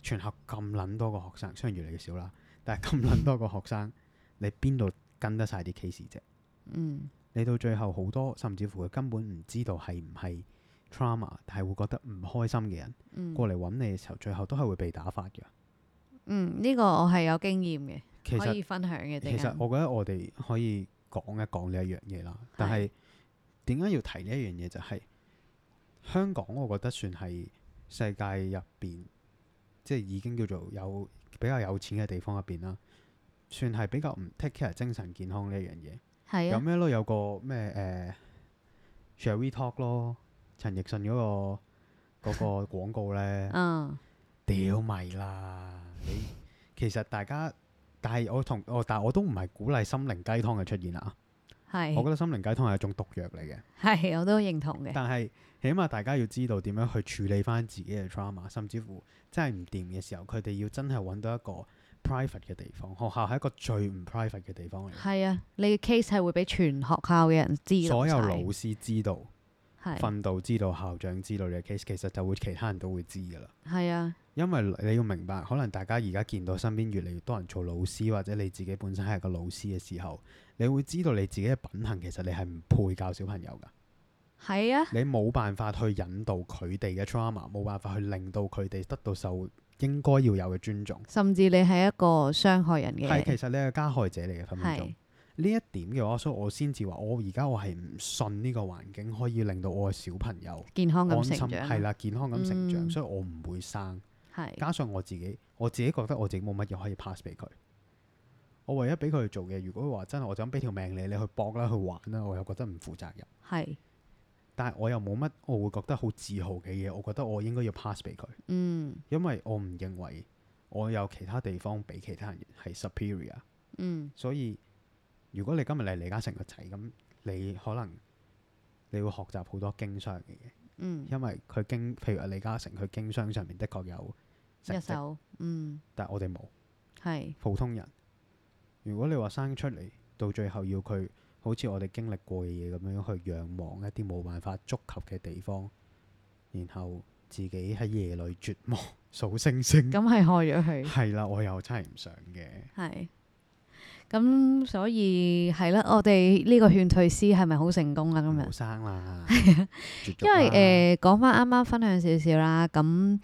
Speaker 1: 全校咁撚多個學生，雖然越嚟越少啦，但係咁撚多個學生，你邊度跟得晒啲 case 啫？
Speaker 2: 嗯，
Speaker 1: 你到最後好多，甚至乎佢根本唔知道係唔係 trauma，但係會覺得唔開心嘅人
Speaker 2: 嗯，
Speaker 1: 過嚟揾你嘅時候，最後都係會被打發嘅。
Speaker 2: 嗯，呢個我係有經驗
Speaker 1: 其
Speaker 2: 嘅，可
Speaker 1: 實
Speaker 2: 以分享嘅，
Speaker 1: 其實
Speaker 2: 陣間
Speaker 1: 我覺得我哋可以講一講呢一樣嘢啦。但係點解要提呢一樣嘢？就係、香港，我覺得算係世界入邊，即係已經叫做有比較有錢嘅地方入邊啦，算係比較唔 take care 精神健康呢一樣嘢。
Speaker 2: 係
Speaker 1: 有
Speaker 2: 啊，，
Speaker 1: 咩咯？有個咩誒、Shall We Talk 咯，陳奕迅嗰、個嗰、個廣告咧
Speaker 2: *laughs* 嗯，
Speaker 1: 屌咪啦！你其實大家，但係我同我，但係我都唔係鼓勵心靈雞湯嘅出現啊！我覺
Speaker 2: 係，
Speaker 1: 得心靈雞湯係一種毒藥嚟嘅，
Speaker 2: 係，我都認同嘅，
Speaker 1: 但係起碼大家要知道點樣去處理翻自己嘅 trauma，甚至乎真係唔掂嘅時候，佢哋要真係揾到一個 private 嘅地方。學校係一個最唔 private 嘅地方嚟，
Speaker 2: 係啊，你嘅 case 係會俾全學校嘅人知道
Speaker 1: 所有
Speaker 2: 晒
Speaker 1: 老師知道。
Speaker 2: 係
Speaker 1: 訓導知道、校長知道你嘅 case，其實就會其他人都會知㗎啦。
Speaker 2: 係啊，
Speaker 1: 因為你要明白，可能大家而家見到身邊越嚟越多人做老師，或者你自己本身係個老師嘅時候，你會知道你自己嘅品行其實你係唔配教小朋友㗎。
Speaker 2: 係啊，
Speaker 1: 你冇辦法去引導佢哋
Speaker 2: 嗯
Speaker 1: 嘅 trauma，冇辦法去令到佢哋得到受應該要有嘅尊重。
Speaker 2: 甚至你係一個傷害人嘅
Speaker 1: 係，其
Speaker 2: 人，
Speaker 1: 實你係加害者嚟嘅分分鐘
Speaker 2: 係。
Speaker 1: 呢一點嘅話，所以我先至話，我而家我係唔信呢個環境可以令到我嘅小朋友
Speaker 2: 健康
Speaker 1: 安
Speaker 2: 咁
Speaker 1: 心
Speaker 2: 成長，
Speaker 1: 係啦，健康咁成長，
Speaker 2: 嗯
Speaker 1: 所以我唔會生。
Speaker 2: 係，
Speaker 1: 加上我自己，我自己覺得我自己冇乜嘢可以 pass 俾佢。我唯一俾佢做嘅，如果話真係我就咁俾條命你，你去搏啦，去玩啦，我又覺得唔負責任。
Speaker 2: 係，
Speaker 1: 但係我又冇乜，我會覺得好自豪嘅嘢，我覺得我應該要 pass 俾佢，
Speaker 2: 嗯
Speaker 1: 因為我唔認為我有其他地方比其他人係 superior。
Speaker 2: 嗯
Speaker 1: 所以如果你今日你係李嘉誠個仔咁，你可能你會學習好多經商嘅嘢。
Speaker 2: 嗯，
Speaker 1: 因為佢經，譬如阿李嘉誠，佢經商上面的確有成
Speaker 2: 一
Speaker 1: 績，
Speaker 2: 手，嗯
Speaker 1: 但係我哋冇
Speaker 2: 係，
Speaker 1: 普通人。如果你話生出嚟，到最後要佢好似我哋經歷過嘅嘢咁樣去仰望一啲冇辦法觸及嘅地方，然後自己喺夜裏絕望 *laughs* 數星星，
Speaker 2: 咁係害咗
Speaker 1: *laughs*
Speaker 2: 佢。
Speaker 1: 係啦，我又真係唔想嘅。
Speaker 2: 係。咁所以係啦，我哋呢個勸退師係咪好成功啊？今
Speaker 1: 唔
Speaker 2: 日
Speaker 1: 好，生啦，絕育
Speaker 2: 因
Speaker 1: 啦
Speaker 2: 為誒講翻啱啱分享少少啦，咁誒、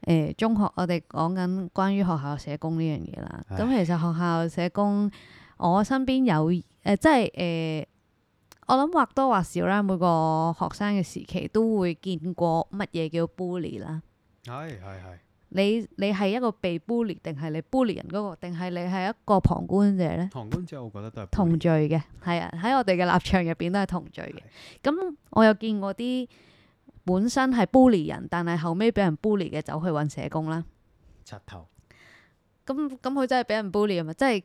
Speaker 2: 呃中學我哋講緊關於學校社工呢樣嘢啦。
Speaker 1: 唉
Speaker 2: 咁其實學校社工，我身邊有誒、呃即係誒、呃我諗或多或少啦，每個學生嘅時期都會見過乜嘢叫 bully 啦。
Speaker 1: 係係係，
Speaker 2: 你你係一個被 bully 定係你 bully 人嗰、個，定係你係一個旁觀者咧？
Speaker 1: 唐官之後，我覺得都係
Speaker 2: 同
Speaker 1: bully
Speaker 2: 罪嘅，係啊，喺我哋嘅立場入邊都係同罪嘅。咁我有見過啲本身係 bully 人，但係後尾俾人 bully 嘅走去揾社工啦。
Speaker 1: 柒頭，
Speaker 2: 咁咁佢真係俾人 bully 啊嘛，即係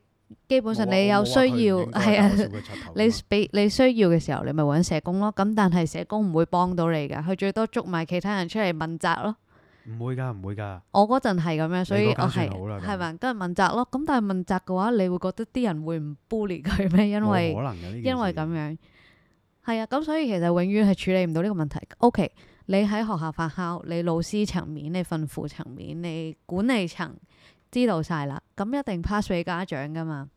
Speaker 2: 基本上
Speaker 1: 冇啊
Speaker 2: 你有
Speaker 1: 我冇
Speaker 2: 需
Speaker 1: 話佢唔
Speaker 2: 要
Speaker 1: 應該
Speaker 2: 係啊
Speaker 1: 搞。笑嘅噱頭㗎
Speaker 2: 你
Speaker 1: 嘛
Speaker 2: 俾你需要嘅時候，你咪揾社工咯。咁但係社工唔會幫到你㗎，佢最多捉埋其他人出嚟問責咯。
Speaker 1: 唔會㗎，唔會㗎。
Speaker 2: 我嗰陣係咁樣，所以
Speaker 1: 你
Speaker 2: 我
Speaker 1: 嗰間
Speaker 2: 係
Speaker 1: 算好啦咁
Speaker 2: 係咪跟人問責咯？咁但係問責嘅話，你會覺得啲人會唔 bully 佢咩？因為
Speaker 1: 冇可能嘅呢件事
Speaker 2: 因為咁樣係啊，咁所以其實永遠係處理唔到呢個問題。O.K. 你喺學校發酵，你老師層面、你訓輔層面、你管理層知道晒啦，咁一定 pass 俾家長噶嘛。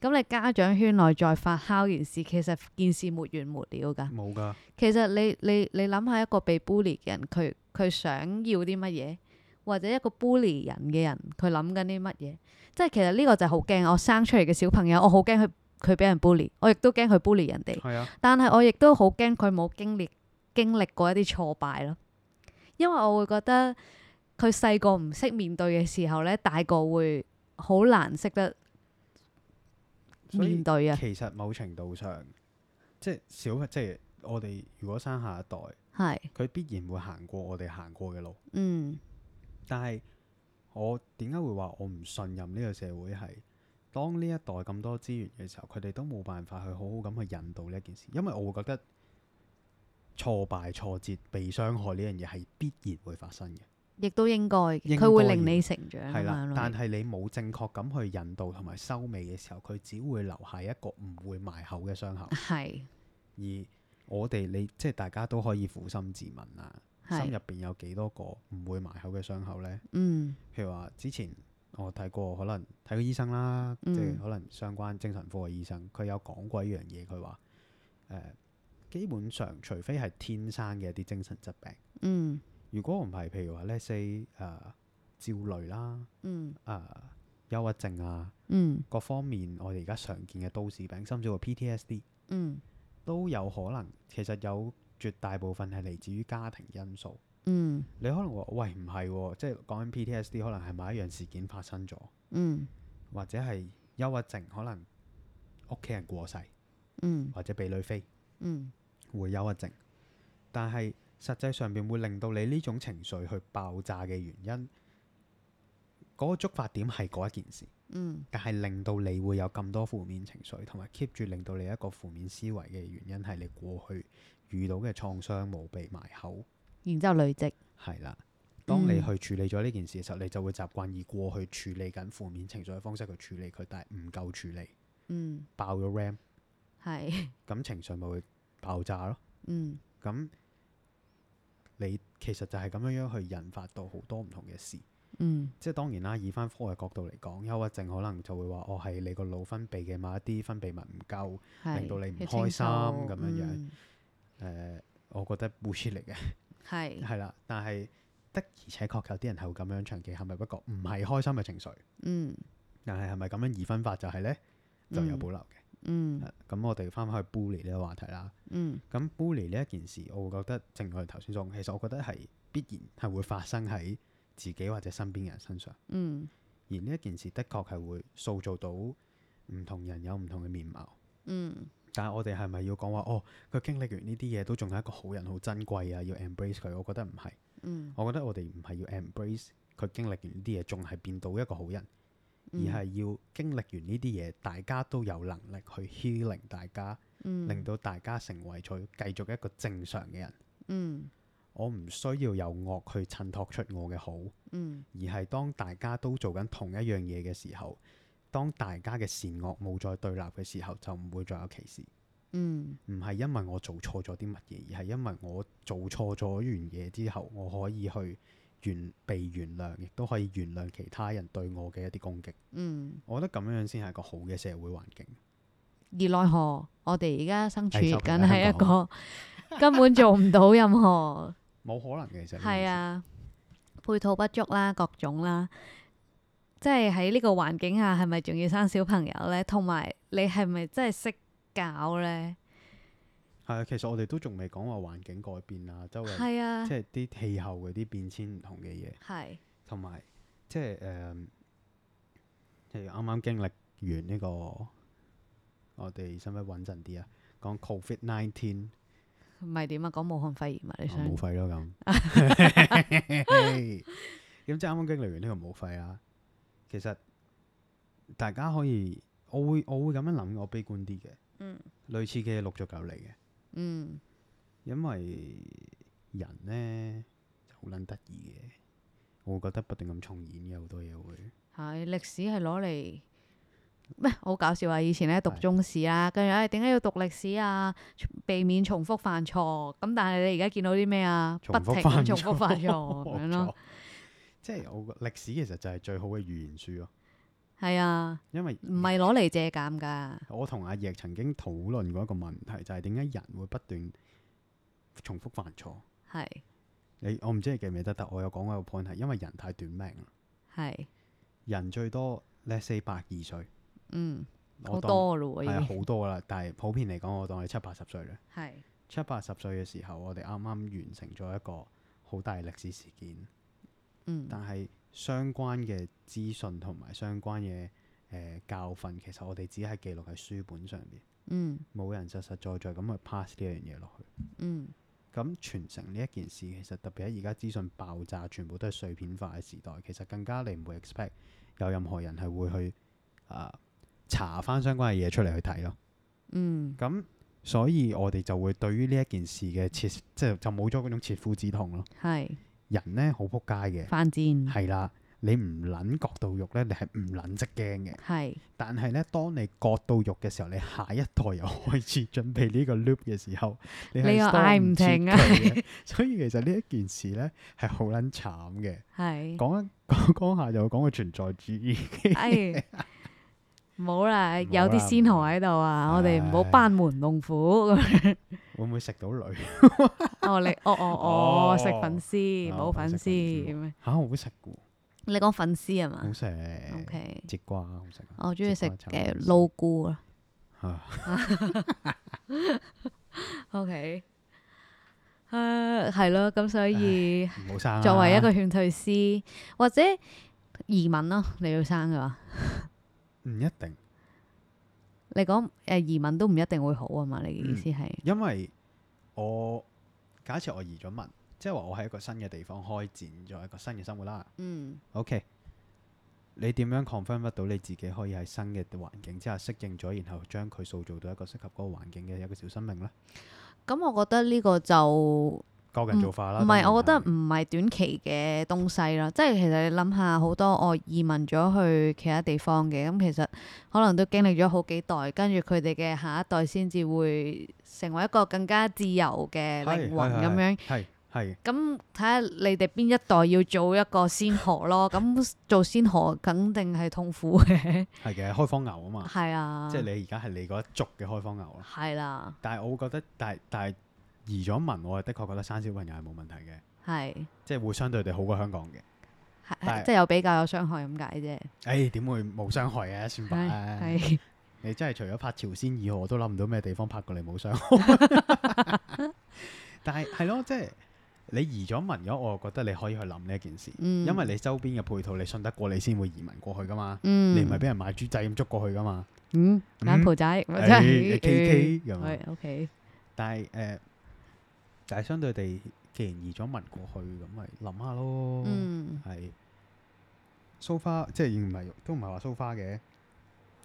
Speaker 2: 咁你家長圈內再發酵件事，其實件事沒完沒了噶。
Speaker 1: 冇㗎，
Speaker 2: 其實你你你諗下一個被 bully 嘅人，佢佢想要啲乜嘢，或者一個 bully 人嘅人，佢諗緊啲乜嘢？即係其實呢個就係好驚，我生出嚟嘅小朋友，我好驚佢佢俾人 bully，我亦都驚佢 bully 人哋，
Speaker 1: 係啊，
Speaker 2: 但係我亦都好驚佢冇經歷經歷過一啲挫敗咯，因為我會覺得佢細個唔識面對嘅時候咧，大個會好難識得
Speaker 1: 所以
Speaker 2: 面對啊，
Speaker 1: 其實某程度上，即係小即係我哋如果生下一代，
Speaker 2: 係，
Speaker 1: 佢必然會行過我哋行過嘅路。
Speaker 2: 嗯，
Speaker 1: 但係我點解會話我唔信任呢個社會係？當呢一代咁多資源嘅時候，佢哋都冇辦法去好好咁去引導呢一件事，因為我會覺得挫敗、挫折、被傷害呢樣嘢係必然會發生嘅，
Speaker 2: 亦都應該嘅，
Speaker 1: 應
Speaker 2: 佢會
Speaker 1: 該
Speaker 2: 令
Speaker 1: 要
Speaker 2: 你成長咁
Speaker 1: 係啦
Speaker 2: 樣。咯。
Speaker 1: 但係你冇正確咁去引導同埋收尾嘅時候，佢只會留下一個唔會埋口嘅傷口。
Speaker 2: 係
Speaker 1: 而我哋你即係大家都可以苦心自問啦，心
Speaker 2: 係
Speaker 1: 入邊有幾多個唔會埋口嘅傷口呢？
Speaker 2: 嗯
Speaker 1: 譬如話之前我睇過，可能睇過醫生啦，即係
Speaker 2: 嗯
Speaker 1: 可能相關精神科嘅醫生，佢有講過一樣嘢，佢話誒基本上除非係天生嘅一啲精神疾病，
Speaker 2: 嗯
Speaker 1: 如果唔係，譬如話 let's say 誒焦慮啦、
Speaker 2: 嗯
Speaker 1: 誒、憂鬱症啊，
Speaker 2: 嗯
Speaker 1: 各方面我哋而家常見嘅都市病，甚至乎 PTSD
Speaker 2: 嗯
Speaker 1: 都有可能，其實有絕大部分係嚟自於家庭因素。
Speaker 2: 嗯
Speaker 1: 你可能話喂唔係喎，即係講緊 PTSD 可能係某一樣事件發生咗。
Speaker 2: 嗯
Speaker 1: 或者係憂鬱症，可能屋企人過世，
Speaker 2: 嗯
Speaker 1: 或者被女飛
Speaker 2: 嗯
Speaker 1: 會憂鬱症。但係實際上邊會令到你呢種情緒去爆炸嘅原因，嗰、個觸發點係嗰一件事，
Speaker 2: 嗯
Speaker 1: 但係令到你會有咁多負面情緒，同埋 keep 住令到你一個負面思維嘅原因係你過去遇到嘅創傷冇被埋口，
Speaker 2: 然之後累積，
Speaker 1: 係啦。當你
Speaker 2: 嗯
Speaker 1: 去處理咗呢件事嘅時候，你就會習慣以過去處理緊負面情緒嘅方式去處理佢，但係唔夠處理，
Speaker 2: 嗯
Speaker 1: 爆咗 RAM。
Speaker 2: 係， *laughs*
Speaker 1: 咁情緒咪會爆炸咯。
Speaker 2: 嗯
Speaker 1: 咁你其實就係咁樣樣去引發到好多唔同嘅事。
Speaker 2: 嗯
Speaker 1: 即係當然啦，以翻科學角度嚟講，憂鬱症可能就會話：哦，係你個腦分泌嘅某一啲分泌物唔夠。誒、
Speaker 2: 係，
Speaker 1: 令到你唔
Speaker 2: 要
Speaker 1: 開
Speaker 2: 清
Speaker 1: 心
Speaker 2: 楚
Speaker 1: 咁樣樣
Speaker 2: 嗯
Speaker 1: 呃我覺得 bullshit 嚟嘅，
Speaker 2: 係，
Speaker 1: 係啦。但係的而且確有啲人係會咁樣長期陷入一個唔係開心嘅情緒。
Speaker 2: 嗯
Speaker 1: 但係係咪咁樣二分法就係呢？就有
Speaker 2: 嗯
Speaker 1: 保留嘅。
Speaker 2: 嗯
Speaker 1: 係咁、我哋翻返去 bully 呢個話題啦。
Speaker 2: 嗯
Speaker 1: 咁 bully 呢一件事，我會覺得正如我哋頭先所講，其實我覺得係必然係會發生喺自己或者身邊嘅人身上。
Speaker 2: 嗯
Speaker 1: 而呢一件事的確係會塑造到唔同人有唔同嘅面貌。
Speaker 2: 嗯
Speaker 1: 但係我哋係咪要講話哦？佢經歷完呢啲嘢都仲係一個好人，好珍貴啊！要 embrace 佢，我覺得唔係。
Speaker 2: 嗯，
Speaker 1: 我覺得我哋唔係要 embrace 佢經歷完呢啲嘢，仲係變到一個好人，而
Speaker 2: 嗯
Speaker 1: 係要經歷完呢啲嘢，大家都有能力去 healing 大家，
Speaker 2: 嗯
Speaker 1: 令到大家成為咗繼續一個正常嘅人。
Speaker 2: 嗯
Speaker 1: 我唔需要由惡去襯托出我嘅好，
Speaker 2: 嗯
Speaker 1: 而係當大家都做緊同一樣嘢嘅時候，當大家嘅善惡冇再對立嘅時候，就唔會再有歧視。
Speaker 2: 嗯
Speaker 1: 唔係因為我做錯咗啲乜嘢，而係因為我做錯咗完嘢之後，我可以去原被原諒，亦都可以原諒其他人對我嘅一啲攻擊。
Speaker 2: 嗯，
Speaker 1: 我覺得咁樣先係一個好嘅社會環境。
Speaker 2: 而奈何我哋而家身處
Speaker 1: 係就係
Speaker 2: 緊係一
Speaker 1: 香
Speaker 2: 個 *laughs* 根本做唔到任何。
Speaker 1: 冇可能嘅，其實呢件
Speaker 2: 係
Speaker 1: 事，
Speaker 2: 啊，配套不足啦，各種啦，即係喺呢個環境下，係咪仲要生小朋友呢？同埋你係咪真係識搞呢？
Speaker 1: 係啊，其實我哋都仲未講話環境改變啊，周圍
Speaker 2: 係啊
Speaker 1: 即，係啲氣候嗰啲變遷唔同嘅嘢。
Speaker 2: 係，
Speaker 1: 同埋即係誒，嗯譬如啱啱經歷完呢、個，我哋使唔使穩陣啲啊？講 Covid nineteen
Speaker 2: 唔係點啊？講武漢肺炎啊，你想
Speaker 1: 哦冇肺咯咁。
Speaker 2: *laughs*
Speaker 1: 咁即係啱啱經歷完呢個冇肺啊，其實大家可以，我會我會咁樣諗，我悲觀啲嘅，
Speaker 2: 嗯
Speaker 1: 類似嘅陸續有嚟嘅，
Speaker 2: 嗯
Speaker 1: 因為人呢就好撚得意嘅，我會覺得不斷咁重演嘅好多嘢會，
Speaker 2: 係歷史係攞嚟咩？好搞笑啊！以前咧讀
Speaker 1: 係
Speaker 2: 中史啦，跟住誒點解要讀歷史啊？避免重複犯錯。咁但係你而家見到啲咩啊？不
Speaker 1: 重
Speaker 2: 停
Speaker 1: 複
Speaker 2: 咁
Speaker 1: 犯
Speaker 2: 重
Speaker 1: 錯
Speaker 2: 複犯錯哦
Speaker 1: *laughs*
Speaker 2: 咁樣咯，
Speaker 1: 即係我覺歷史其實就係最好嘅語言書咯，
Speaker 2: 係啊，
Speaker 1: 因為
Speaker 2: 唔係攞嚟借鑑㗎。
Speaker 1: 我同阿奕曾經討論過一個問題，就係點解人會不斷重複犯錯？
Speaker 2: 係
Speaker 1: 你我唔知你記唔記得，但我有講過一個 point 係因為人太短命啦，
Speaker 2: 係
Speaker 1: 人最多 let's say 百二歲，
Speaker 2: 嗯，好
Speaker 1: 我當
Speaker 2: 多咯喎
Speaker 1: 係啊
Speaker 2: 已經
Speaker 1: 好多啦，但係普遍嚟講，我當你七八十歲啦。
Speaker 2: 係
Speaker 1: 七八十歲嘅時候，我哋啱啱完成咗一個好大嘅歷史事件，
Speaker 2: 嗯
Speaker 1: 但係相關嘅資訊同埋相關嘅誒、呃教訓，其實我哋只係記錄喺書本上邊，
Speaker 2: 嗯
Speaker 1: 冇人實實在在咁去 pass 呢樣嘢落去。
Speaker 2: 嗯
Speaker 1: 咁傳承呢一件事，其實特別喺而家資訊爆炸，全部都係碎片化嘅時代，其實更加你唔會 expect 有任何人係會去啊、查翻相關嘅嘢出嚟去睇咯。
Speaker 2: 嗯
Speaker 1: 咁所以我哋就會對於呢一件事嘅切，即係就冇咗嗰種切膚之痛咯。
Speaker 2: 係
Speaker 1: 人呢好撲街嘅，
Speaker 2: 犯賤
Speaker 1: 係啦，你唔撚割到肉呢，你係唔撚識驚嘅。
Speaker 2: 係
Speaker 1: 但係呢，當你割到肉嘅時候，你下一代又開始準備呢個 *laughs* loop 嘅時候，你係
Speaker 2: 你又
Speaker 1: stop
Speaker 2: 嗌唔
Speaker 1: 切
Speaker 2: 停啊
Speaker 1: 佢嘅 *laughs* 所以其實呢一件事呢係好撚慘嘅。
Speaker 2: 係。
Speaker 1: 講一 *laughs* 講講下又講個存在主義， *laughs*
Speaker 2: 哎，冇啦，
Speaker 1: 冇
Speaker 2: 有啲
Speaker 1: 啦
Speaker 2: 仙
Speaker 1: 冇
Speaker 2: 河喺度啊！我哋唔好
Speaker 1: 唉
Speaker 2: 班門弄斧咁樣。
Speaker 1: 會唔會食到女？ *laughs*
Speaker 2: 我你哦哦哦，食粉
Speaker 1: 哦
Speaker 2: 絲，
Speaker 1: 哦
Speaker 2: 冇
Speaker 1: 我
Speaker 2: 粉
Speaker 1: 食粉
Speaker 2: 絲
Speaker 1: 絲
Speaker 2: 咁樣。
Speaker 1: 嚇、好食嘅喎，
Speaker 2: 你講粉絲係嘛
Speaker 1: 好食。
Speaker 2: ？O K，
Speaker 1: 節瓜好食啊。
Speaker 2: 我中意食
Speaker 1: 節瓜炒
Speaker 2: 嘅
Speaker 1: 粉絲
Speaker 2: 撈菇啦。
Speaker 1: 啊
Speaker 2: O K，誒係咯，咁所以
Speaker 1: 唔好生啊啦
Speaker 2: 作為一個勸退師或者移民咯，你要生嘅話，
Speaker 1: 唔一定，
Speaker 2: 你講誒移民都唔一定會好啊嘛？你嘅意思係
Speaker 1: 因為我假設我移咗民，即係話我喺一個新嘅地方開展咗一個新嘅生活啦。
Speaker 2: 嗯
Speaker 1: OK，你點樣 confirm 得到你自己可以喺新嘅環境之下適應咗，然後將佢塑造到一個適合嗰個環境嘅一個小生命呢？
Speaker 2: 嗯咁，我覺得呢個就。
Speaker 1: 個啊人做法啦，
Speaker 2: 唔係，
Speaker 1: 當
Speaker 2: 我覺得
Speaker 1: 然係
Speaker 2: 唔係短期嘅東西啦。即係其實你諗下，好多我移民咗去其他地方嘅，咁其實可能都經歷咗好幾代，跟住佢哋嘅下一代先至會成為一個更加自由嘅
Speaker 1: 係
Speaker 2: 靈魂
Speaker 1: 係
Speaker 2: 咁樣。
Speaker 1: 係係
Speaker 2: 咁睇下你哋邊一代要做一個仙河
Speaker 1: *laughs*
Speaker 2: 咯。咁做仙河肯定係痛苦嘅，
Speaker 1: 係嘅，開荒牛啊嘛，
Speaker 2: 係啊，
Speaker 1: 即係你而家係你嗰一族嘅開荒牛啦。
Speaker 2: 係啦，
Speaker 1: 但係我會覺得，但係但係移咗民，我係的確覺得生小朋友係冇問題嘅，
Speaker 2: 係
Speaker 1: 即係會相對地好過香港嘅。
Speaker 2: 係
Speaker 1: 但係
Speaker 2: 即係有比較有傷害咁解啫。
Speaker 1: 誒點會冇傷害啊？算吧，
Speaker 2: 係係
Speaker 1: 你真係除咗拍朝鮮以外，我都諗唔到咩地方拍過你冇傷
Speaker 2: *laughs*
Speaker 1: 害。但係係咯，即係你移咗民咗，我又覺得你可以去諗呢一件事，
Speaker 2: 嗯，
Speaker 1: 因為你周邊嘅配套你信得過，你先會移民過去噶嘛。
Speaker 2: 嗯
Speaker 1: 你唔係俾人買豬仔咁捉過去噶嘛？
Speaker 2: 嗯，
Speaker 1: 嗯
Speaker 2: 柬埔寨或者 *laughs*
Speaker 1: 誒
Speaker 2: 係哎
Speaker 1: 你 KK 咁啊
Speaker 2: 係 OK，
Speaker 1: 但係誒、呃但係相對地，既然移咗民過去，咁咪諗下咯。
Speaker 2: 嗯
Speaker 1: 係 so far，即係唔係都唔係話 so far 嘅，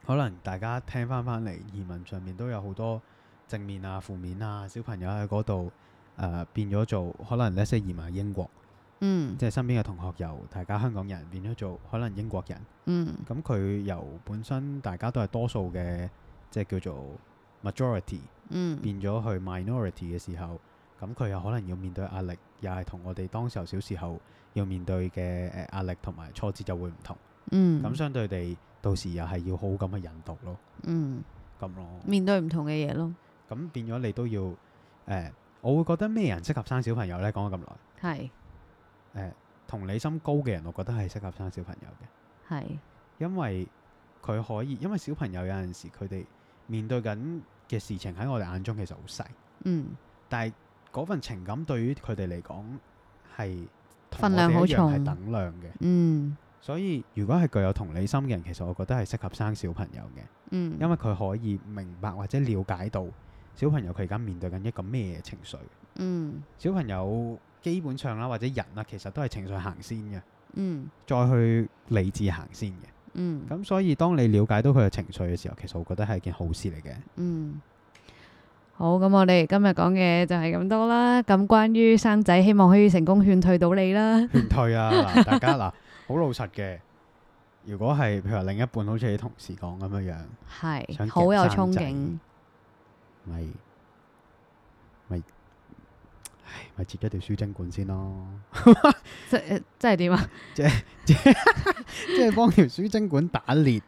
Speaker 1: 可能大家聽翻翻嚟移民上面都有好多正面啊、負面啊，小朋友喺嗰度誒變咗做可能呢些移民英國，
Speaker 2: 嗯
Speaker 1: 即係身邊嘅同學由大家香港人變咗做可能英國人，
Speaker 2: 嗯
Speaker 1: 咁佢由本身大家都係多數嘅，即係叫做 majority
Speaker 2: 嗯
Speaker 1: 變咗去 minority 嘅時候，咁佢有可能要面對壓力，又係同我哋當時候小時候要面對嘅誒壓力同埋挫折就會唔同。
Speaker 2: 嗯
Speaker 1: 咁、相對地，到時又係要好好咁去引導咯，
Speaker 2: 嗯
Speaker 1: 咁咯。
Speaker 2: 面對唔同嘅嘢咯，
Speaker 1: 咁變咗你都要誒、我會覺得咩人適合生小朋友呢？講咗咁耐，誒、
Speaker 2: 係
Speaker 1: 同理心高嘅人，我覺得係適合生小朋友嘅，
Speaker 2: 係
Speaker 1: 因為佢可以，因為小朋友有陣時佢哋面對緊嘅事情喺我哋眼中其實好細。
Speaker 2: 嗯
Speaker 1: 但係嗰份情感對於佢哋嚟講係同
Speaker 2: 份
Speaker 1: 我
Speaker 2: 量
Speaker 1: 哋
Speaker 2: 好
Speaker 1: 一樣
Speaker 2: 重
Speaker 1: 係等量嘅。
Speaker 2: 嗯
Speaker 1: 所以如果係具有同理心嘅人，其實我覺得係適合生小朋友嘅，
Speaker 2: 嗯，
Speaker 1: 因為佢可以明白或者了解到小朋友佢而家面對緊一個咩情緒。
Speaker 2: 嗯
Speaker 1: 小朋友基本啊上啦，或者人啦，其實都係情緒行先嘅，
Speaker 2: 嗯
Speaker 1: 再去理智行先嘅。
Speaker 2: 嗯
Speaker 1: 咁所以當你了解到佢嘅情緒嘅時候，其實我覺得係件好事嚟嘅。
Speaker 2: 嗯，好，咁我哋今日講嘅就係咁多啦。咁關於生仔，希望可以成功勸退到你啦。
Speaker 1: 勸退啊！嗱，大
Speaker 2: *laughs*
Speaker 1: 家嗱，好老實嘅。如果係譬如話另一半好似你同事講咁樣樣，想夾
Speaker 2: 係，好有
Speaker 1: 生
Speaker 2: 憧
Speaker 1: 仔
Speaker 2: 憬，
Speaker 1: 咪咪，唉，咪接咗條輸精管先咯。 *laughs*
Speaker 2: 即係即係點啊？
Speaker 1: 即係幫條輸精管打裂，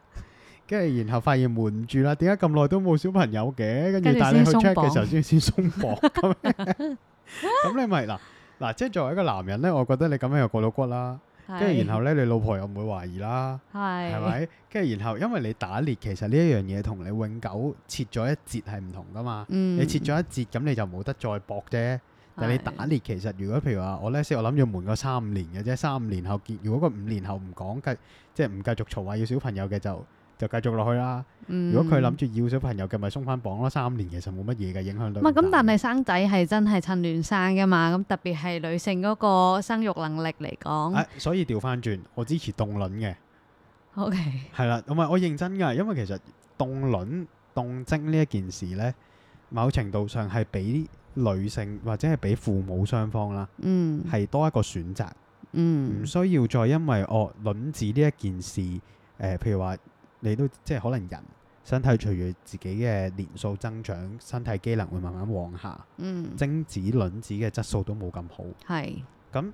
Speaker 1: 跟住然後發現瞞唔住啦，點解咁耐都冇小朋友嘅？跟
Speaker 2: 跟
Speaker 1: 住
Speaker 2: 住
Speaker 1: 但係你去
Speaker 2: 先鬆
Speaker 1: check
Speaker 2: 綁
Speaker 1: 嘅時候先先鬆綁咁樣，
Speaker 2: *laughs*
Speaker 1: *laughs* 咁你咪嗱嗱，即係作為一個男人咧，我覺得你咁樣又過到骨啦，跟住然後咧，你老婆又唔會懷疑啦，
Speaker 2: 係
Speaker 1: 係
Speaker 2: 係
Speaker 1: 咪？跟住然後因為你打裂，其實呢一樣嘢同你永久切咗一截係唔同噶嘛，
Speaker 2: 嗯，
Speaker 1: 你切咗一截咁你就冇得再搏啫。但係你打裂其實，如果譬如話我咧，即係我諗住瞞個三五年嘅啫，三五年後結，如果個五年後唔講繼，即係唔繼續嘈話要小朋友嘅就就繼續落去啦。
Speaker 2: 嗯，
Speaker 1: 如果佢諗住要小朋友嘅，咪鬆翻綁咯。三五年其實冇乜嘢嘅影響到。
Speaker 2: 唔係咁，但係生仔係真係趁亂生噶嘛，咁特別係女性嗰個生育能力嚟講
Speaker 1: 啊所以調翻轉，我支持凍卵嘅，
Speaker 2: ，OK，
Speaker 1: 係啦，唔係我認真㗎，因為其實凍卵凍精呢一件事咧，某程度上係俾女性或者係俾父母雙方啦，
Speaker 2: 嗯，
Speaker 1: 係多一個選擇。唔
Speaker 2: 嗯，
Speaker 1: 需要再因為哦卵子呢一件事，誒、譬如話你都即係可能人身體隨住自己嘅年數增長，身體機能會慢慢往下，
Speaker 2: 嗯，
Speaker 1: 精子卵子嘅質素都冇咁好。
Speaker 2: 係，
Speaker 1: 咁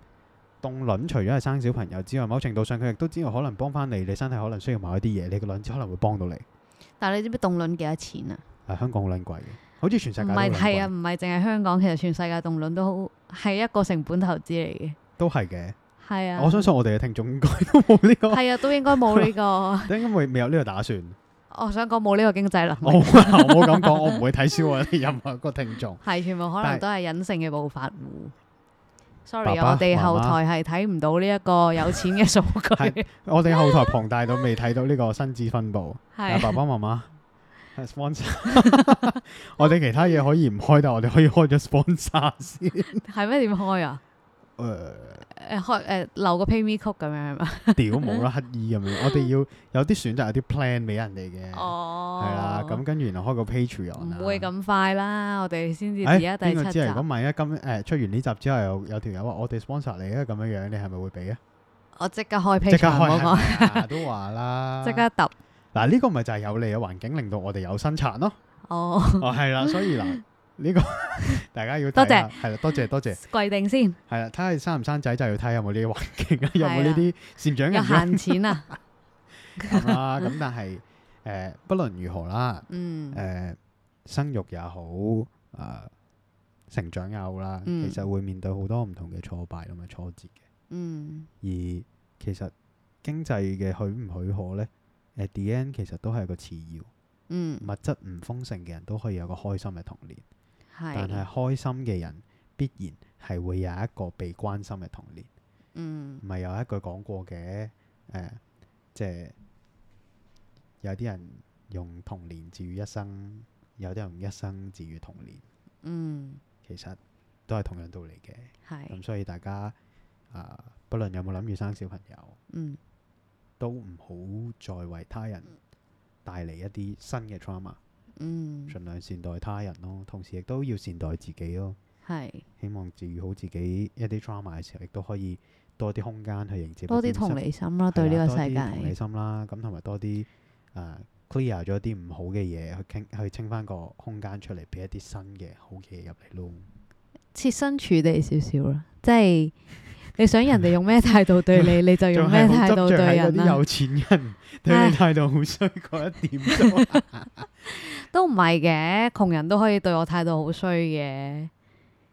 Speaker 1: 凍卵除咗係生小朋友之外，某程度上佢亦都知道可能幫翻你，你身體可能需要某一啲嘢，你個卵子可能會幫到你。
Speaker 2: 但係你知唔知凍卵幾多錢啊？
Speaker 1: 啊，香港好撚貴嘅，好似全世界
Speaker 2: 唔
Speaker 1: 都
Speaker 2: 係
Speaker 1: 撚
Speaker 2: 係啊，
Speaker 1: 貴，
Speaker 2: 唔係淨係香港，其實全世界凍卵都好係一個成本投資嚟嘅，
Speaker 1: 都係嘅。
Speaker 2: 係啊，
Speaker 1: 我相信我哋嘅聽眾應該都冇呢、個，
Speaker 2: 係啊，都應該冇呢
Speaker 1: *laughs*
Speaker 2: 個，
Speaker 1: 應該未未有呢個打算。
Speaker 2: 我想講冇呢個經濟
Speaker 1: 我我
Speaker 2: 能力，
Speaker 1: 冇咁講，我唔會睇小我哋任何一個聽眾。
Speaker 2: 係全部可能
Speaker 1: 但係
Speaker 2: 都係隱性嘅暴發户。sorry，
Speaker 1: 爸爸
Speaker 2: 我哋後
Speaker 1: 媽媽
Speaker 2: 台係睇唔到呢一個有錢嘅數據
Speaker 1: 係，我哋後台龐大到未睇到呢個薪資分佈，但
Speaker 2: 係
Speaker 1: 係爸爸媽媽係 sponsor，我 *laughs* 哋其他嘢可以唔開，但我哋可以開咗 sponsor 先。
Speaker 2: *laughs*
Speaker 1: 呃
Speaker 2: 係咩點開啊？
Speaker 1: 誒，
Speaker 2: 誒開誒留個 PayMe 曲咁樣係嘛？
Speaker 1: 屌冇啦，乞衣咁樣，我哋要有啲選擇，有啲 plan 俾人哋嘅，係
Speaker 2: 哦，
Speaker 1: 啦。咁跟住然後開個 patreon 啊
Speaker 2: 唔會咁快啦，我哋先至
Speaker 1: 誒
Speaker 2: 而家第
Speaker 1: 邊個
Speaker 2: 七
Speaker 1: 知
Speaker 2: 集
Speaker 1: 啊？如果萬一今誒出完呢集之後有有條友話我哋 sponsor 你啊咁樣樣，你係咪會
Speaker 2: *laughs*
Speaker 1: 俾啊？
Speaker 2: 我即刻開 p
Speaker 1: 即
Speaker 2: a
Speaker 1: 刻
Speaker 2: t r
Speaker 1: 開 *laughs*
Speaker 2: 嗰個， *laughs*
Speaker 1: 係咪啊都話啦，
Speaker 2: 即刻揼
Speaker 1: 嗱呢個咪就係有利嘅環境，令到我哋有生
Speaker 2: *laughs*
Speaker 1: 產咯。
Speaker 2: 哦，
Speaker 1: *laughs* 哦，係啦，所以嗱，呢個 *laughs* 大家要
Speaker 2: 多
Speaker 1: 睇下
Speaker 2: 謝
Speaker 1: 係啦，多謝多謝，
Speaker 2: 跪定先，
Speaker 1: 係啦，睇下生唔生仔就要睇下有冇呢啲環境啊，有冇
Speaker 2: *laughs* 係
Speaker 1: 呢
Speaker 2: 啦
Speaker 1: 啲善長
Speaker 2: 有
Speaker 1: 人翁
Speaker 2: 閒錢啊，
Speaker 1: 咁
Speaker 2: *laughs*
Speaker 1: 啦。咁但係誒，不論如何啦，*laughs*
Speaker 2: 嗯
Speaker 1: 誒生育也好，誒成長也好啦，
Speaker 2: 嗯
Speaker 1: 其實會面對好多唔同嘅挫敗同埋挫折嘅。
Speaker 2: 嗯
Speaker 1: 而其實經濟嘅許唔許可咧，at the end 其實都係個次要，
Speaker 2: 嗯，
Speaker 1: 物質唔豐盛嘅人都可以有個開心嘅童年。但係
Speaker 2: 係，
Speaker 1: 開心嘅人必然係會有一個被關心嘅童年，
Speaker 2: 嗯
Speaker 1: 唔係有一句講過嘅誒、呃即係有啲人用童年治愈一生，有啲人用一生治愈童年，
Speaker 2: 嗯
Speaker 1: 其實都係同樣道理嘅。
Speaker 2: 係，
Speaker 1: 咁所以大家啊、不論有冇諗住生小朋友，
Speaker 2: 嗯
Speaker 1: 都唔好再為他人帶嚟一啲新嘅 trauma，
Speaker 2: 嗯
Speaker 1: 盡量善待他人咯，同時亦都要善待自己咯。
Speaker 2: 係，
Speaker 1: 希望治愈好自己一啲 trauma 嘅時候，亦都可以多啲空間去迎接
Speaker 2: 多啲
Speaker 1: 嗰
Speaker 2: 同
Speaker 1: 心
Speaker 2: 理心啦，
Speaker 1: 係
Speaker 2: 對呢
Speaker 1: 啦
Speaker 2: 個世
Speaker 1: 多啲同理
Speaker 2: 界，
Speaker 1: 心啦，咁同埋多啲誒 clear 咗啲唔好嘅嘢，去傾去清翻個空間出嚟，俾一啲新嘅好嘅嘢入嚟咯。
Speaker 2: 設身處地少少啦，
Speaker 1: *laughs*
Speaker 2: 即係你想人哋用咩態度對你，你就用
Speaker 1: 仲
Speaker 2: 咩
Speaker 1: 係好
Speaker 2: 態度
Speaker 1: 執
Speaker 2: 對
Speaker 1: 着喺嗰
Speaker 2: 人啊
Speaker 1: 啲
Speaker 2: 啦
Speaker 1: 有。錢人對你態度好衰嗰一點啫。
Speaker 2: 都唔係嘅，窮人都可以對我態度好衰嘅，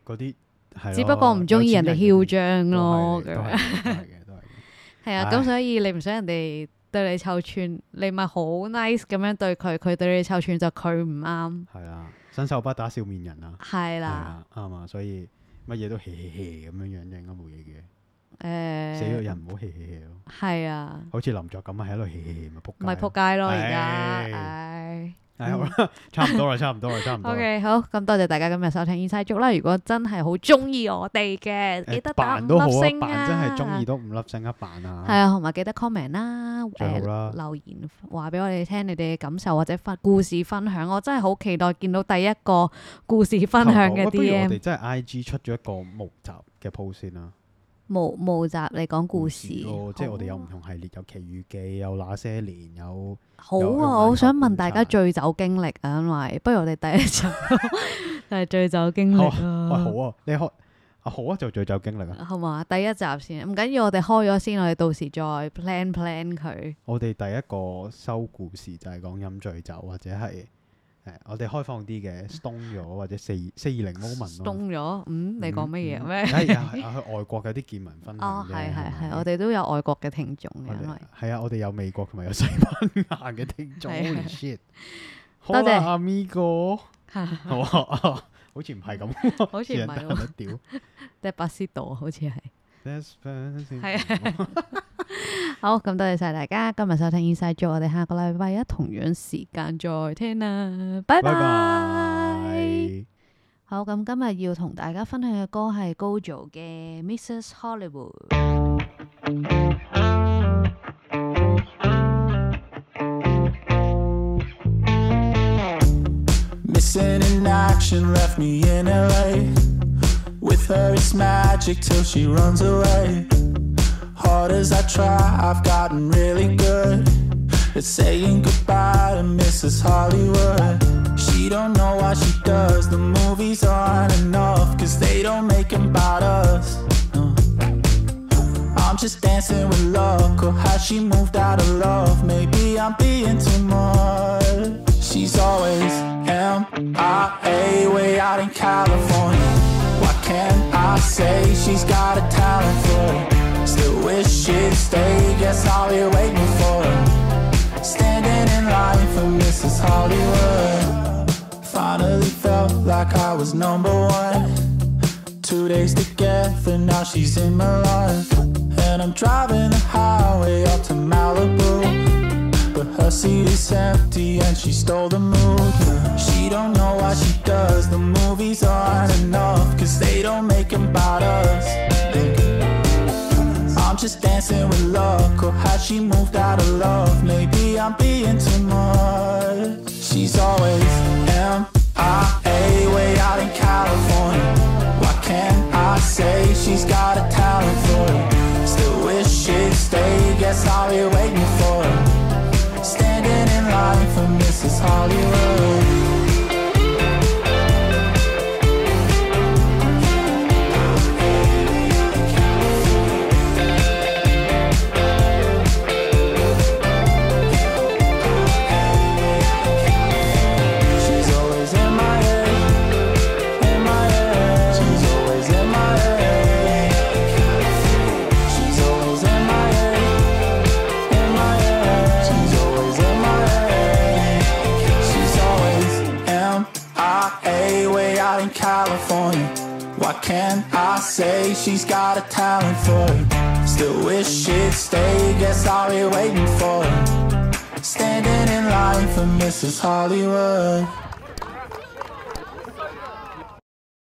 Speaker 1: 嗰啲係
Speaker 2: *laughs* 只不過唔中意人哋囂張
Speaker 1: 張
Speaker 2: 咯，
Speaker 1: 都
Speaker 2: 咁
Speaker 1: 係嘅
Speaker 2: 樣
Speaker 1: 都係嘅，都係嘅。
Speaker 2: 係啊，
Speaker 1: 唉
Speaker 2: 咁所以你唔想人哋對你臭串，你咪好 nice 咁樣對佢，佢對你臭串就佢唔啱，
Speaker 1: 係啦，新手不打笑面人啊，
Speaker 2: 係
Speaker 1: 係
Speaker 2: 啦，
Speaker 1: 啊，啱啊，所以乜嘢都 hea hea hea 咁樣樣，應該冇嘢嘅。啊死個
Speaker 2: 誒，
Speaker 1: 人唔好 hea hea hea 咯，
Speaker 2: 係啊，
Speaker 1: 好似林作咁啊，喺度 hea hea hea 咪仆街。
Speaker 2: 咪仆街咯而家，
Speaker 1: 唉
Speaker 2: 唉，
Speaker 1: *laughs* 係好啦， *laughs* 差唔多啦，差唔多啦，差唔多啦。
Speaker 2: 嗯 *laughs* OK，好，咁多謝大家今日收聽 Inside Joke 啦。如果真係好中意我哋嘅，
Speaker 1: 誒
Speaker 2: 記得打五
Speaker 1: 扮都好
Speaker 2: 粒
Speaker 1: 啊
Speaker 2: 星，
Speaker 1: 扮真係中意
Speaker 2: 係
Speaker 1: 都五粒星一扮啊。
Speaker 2: 啊，同埋記得 comment 啦，
Speaker 1: 最好
Speaker 2: 誒、
Speaker 1: 啦
Speaker 2: 留言話俾我哋聽你哋嘅感受或者分故事分享。我真係好期待見到第一個故事分享
Speaker 1: 喂
Speaker 2: 嘅
Speaker 1: 不如我
Speaker 2: DM
Speaker 1: 哋。真係 I G 出咗一個募集嘅 post 先啦。
Speaker 2: 無無集你講故事，
Speaker 1: 咯即係我哋有
Speaker 2: 好
Speaker 1: 唔
Speaker 2: 啊
Speaker 1: 同系列，有奇遇記，有那些年，有
Speaker 2: 好
Speaker 1: 有有
Speaker 2: 啊！我好想問大家
Speaker 1: 眼球
Speaker 2: 醉酒經歷啊，因為不如我哋
Speaker 1: *laughs*
Speaker 2: 第一集就係醉酒經歷
Speaker 1: 喂
Speaker 2: 啊。
Speaker 1: 好啊，你可啊好啊，就最酒經歷啊。
Speaker 2: 好嘛？第一集先，唔緊要，我哋開咗先，我哋到時再 plan plan 佢。
Speaker 1: 我哋第一個收故事就係講飲醉酒或者係誒，我哋開放啲嘅 stone 咗或者四四二零 moment 咯。
Speaker 2: 凍咗，嗯，你講乜嘢
Speaker 1: 嗯
Speaker 2: 咩？
Speaker 1: 哎呀，係啊去外國有啲見聞分
Speaker 2: 哦
Speaker 1: 享，啫。
Speaker 2: 係係
Speaker 1: 咪
Speaker 2: 係，我哋都有外國嘅聽眾嘅，因為
Speaker 1: 係啊，我哋有美國同埋有西班牙
Speaker 2: *laughs*
Speaker 1: 嘅 *laughs* 聽眾。
Speaker 2: 係
Speaker 1: Holy
Speaker 2: 係
Speaker 1: shit！
Speaker 2: 多謝
Speaker 1: 阿咪
Speaker 2: *laughs*
Speaker 1: 哥，好啊好似唔係咁，
Speaker 2: 好似唔係喎
Speaker 1: 喎。屌
Speaker 2: ，Despacito 好似係。
Speaker 1: Despacito
Speaker 2: 係啊好，咁多謝晒大家今日收聽 Inside Joke，我哋下個禮拜一同樣時間再聽啦， *laughs* 拜
Speaker 1: 拜
Speaker 2: 拜。
Speaker 1: 拜。
Speaker 2: 好，咁今日要同大家分享嘅歌係 Gojo 嘅 Mrs. Hollywood。
Speaker 3: Missing in action left me in LA. With her, it's magic till she runs away. Hard as I try, I've gotten really good at saying goodbye to Mrs. Hollywood. She don't know why she does. The movies aren't enough, cause they don't make them about us. No. I'm just dancing with luck, or how she moved out of love. Maybe I'm being too much. She's always MIA way out in California. Why can't I say she's got a talent for it? Still wish she'd stay, guess I'll be waiting for her. Standing in line for Mrs. Hollywood. Finally felt like I was number one. Two days together, now she's in my life. And I'm driving the highway up to Malibu. But her seat is empty and she stole the mood. She don't know why she does. The movies aren't enough, cause they don't make them about us. I'm just dancing with luck, or how she moved out of love. Maybe I'm being too much. She's always MIA way out in California. Why can't I say she's got a talent for it? Still wish she'd stay, guess I'll be waiting for her. Standing in line for Mrs. Hollywood. She's always in my head, in my head. She's always in my head. She's always in my head, in my head. She's always in my head. She's always MIA way out in California. Why can't I say she's got a talent for it? Still wish she'd stay. Guess I'll be waiting for her. Standing in line for Mrs. Hollywood.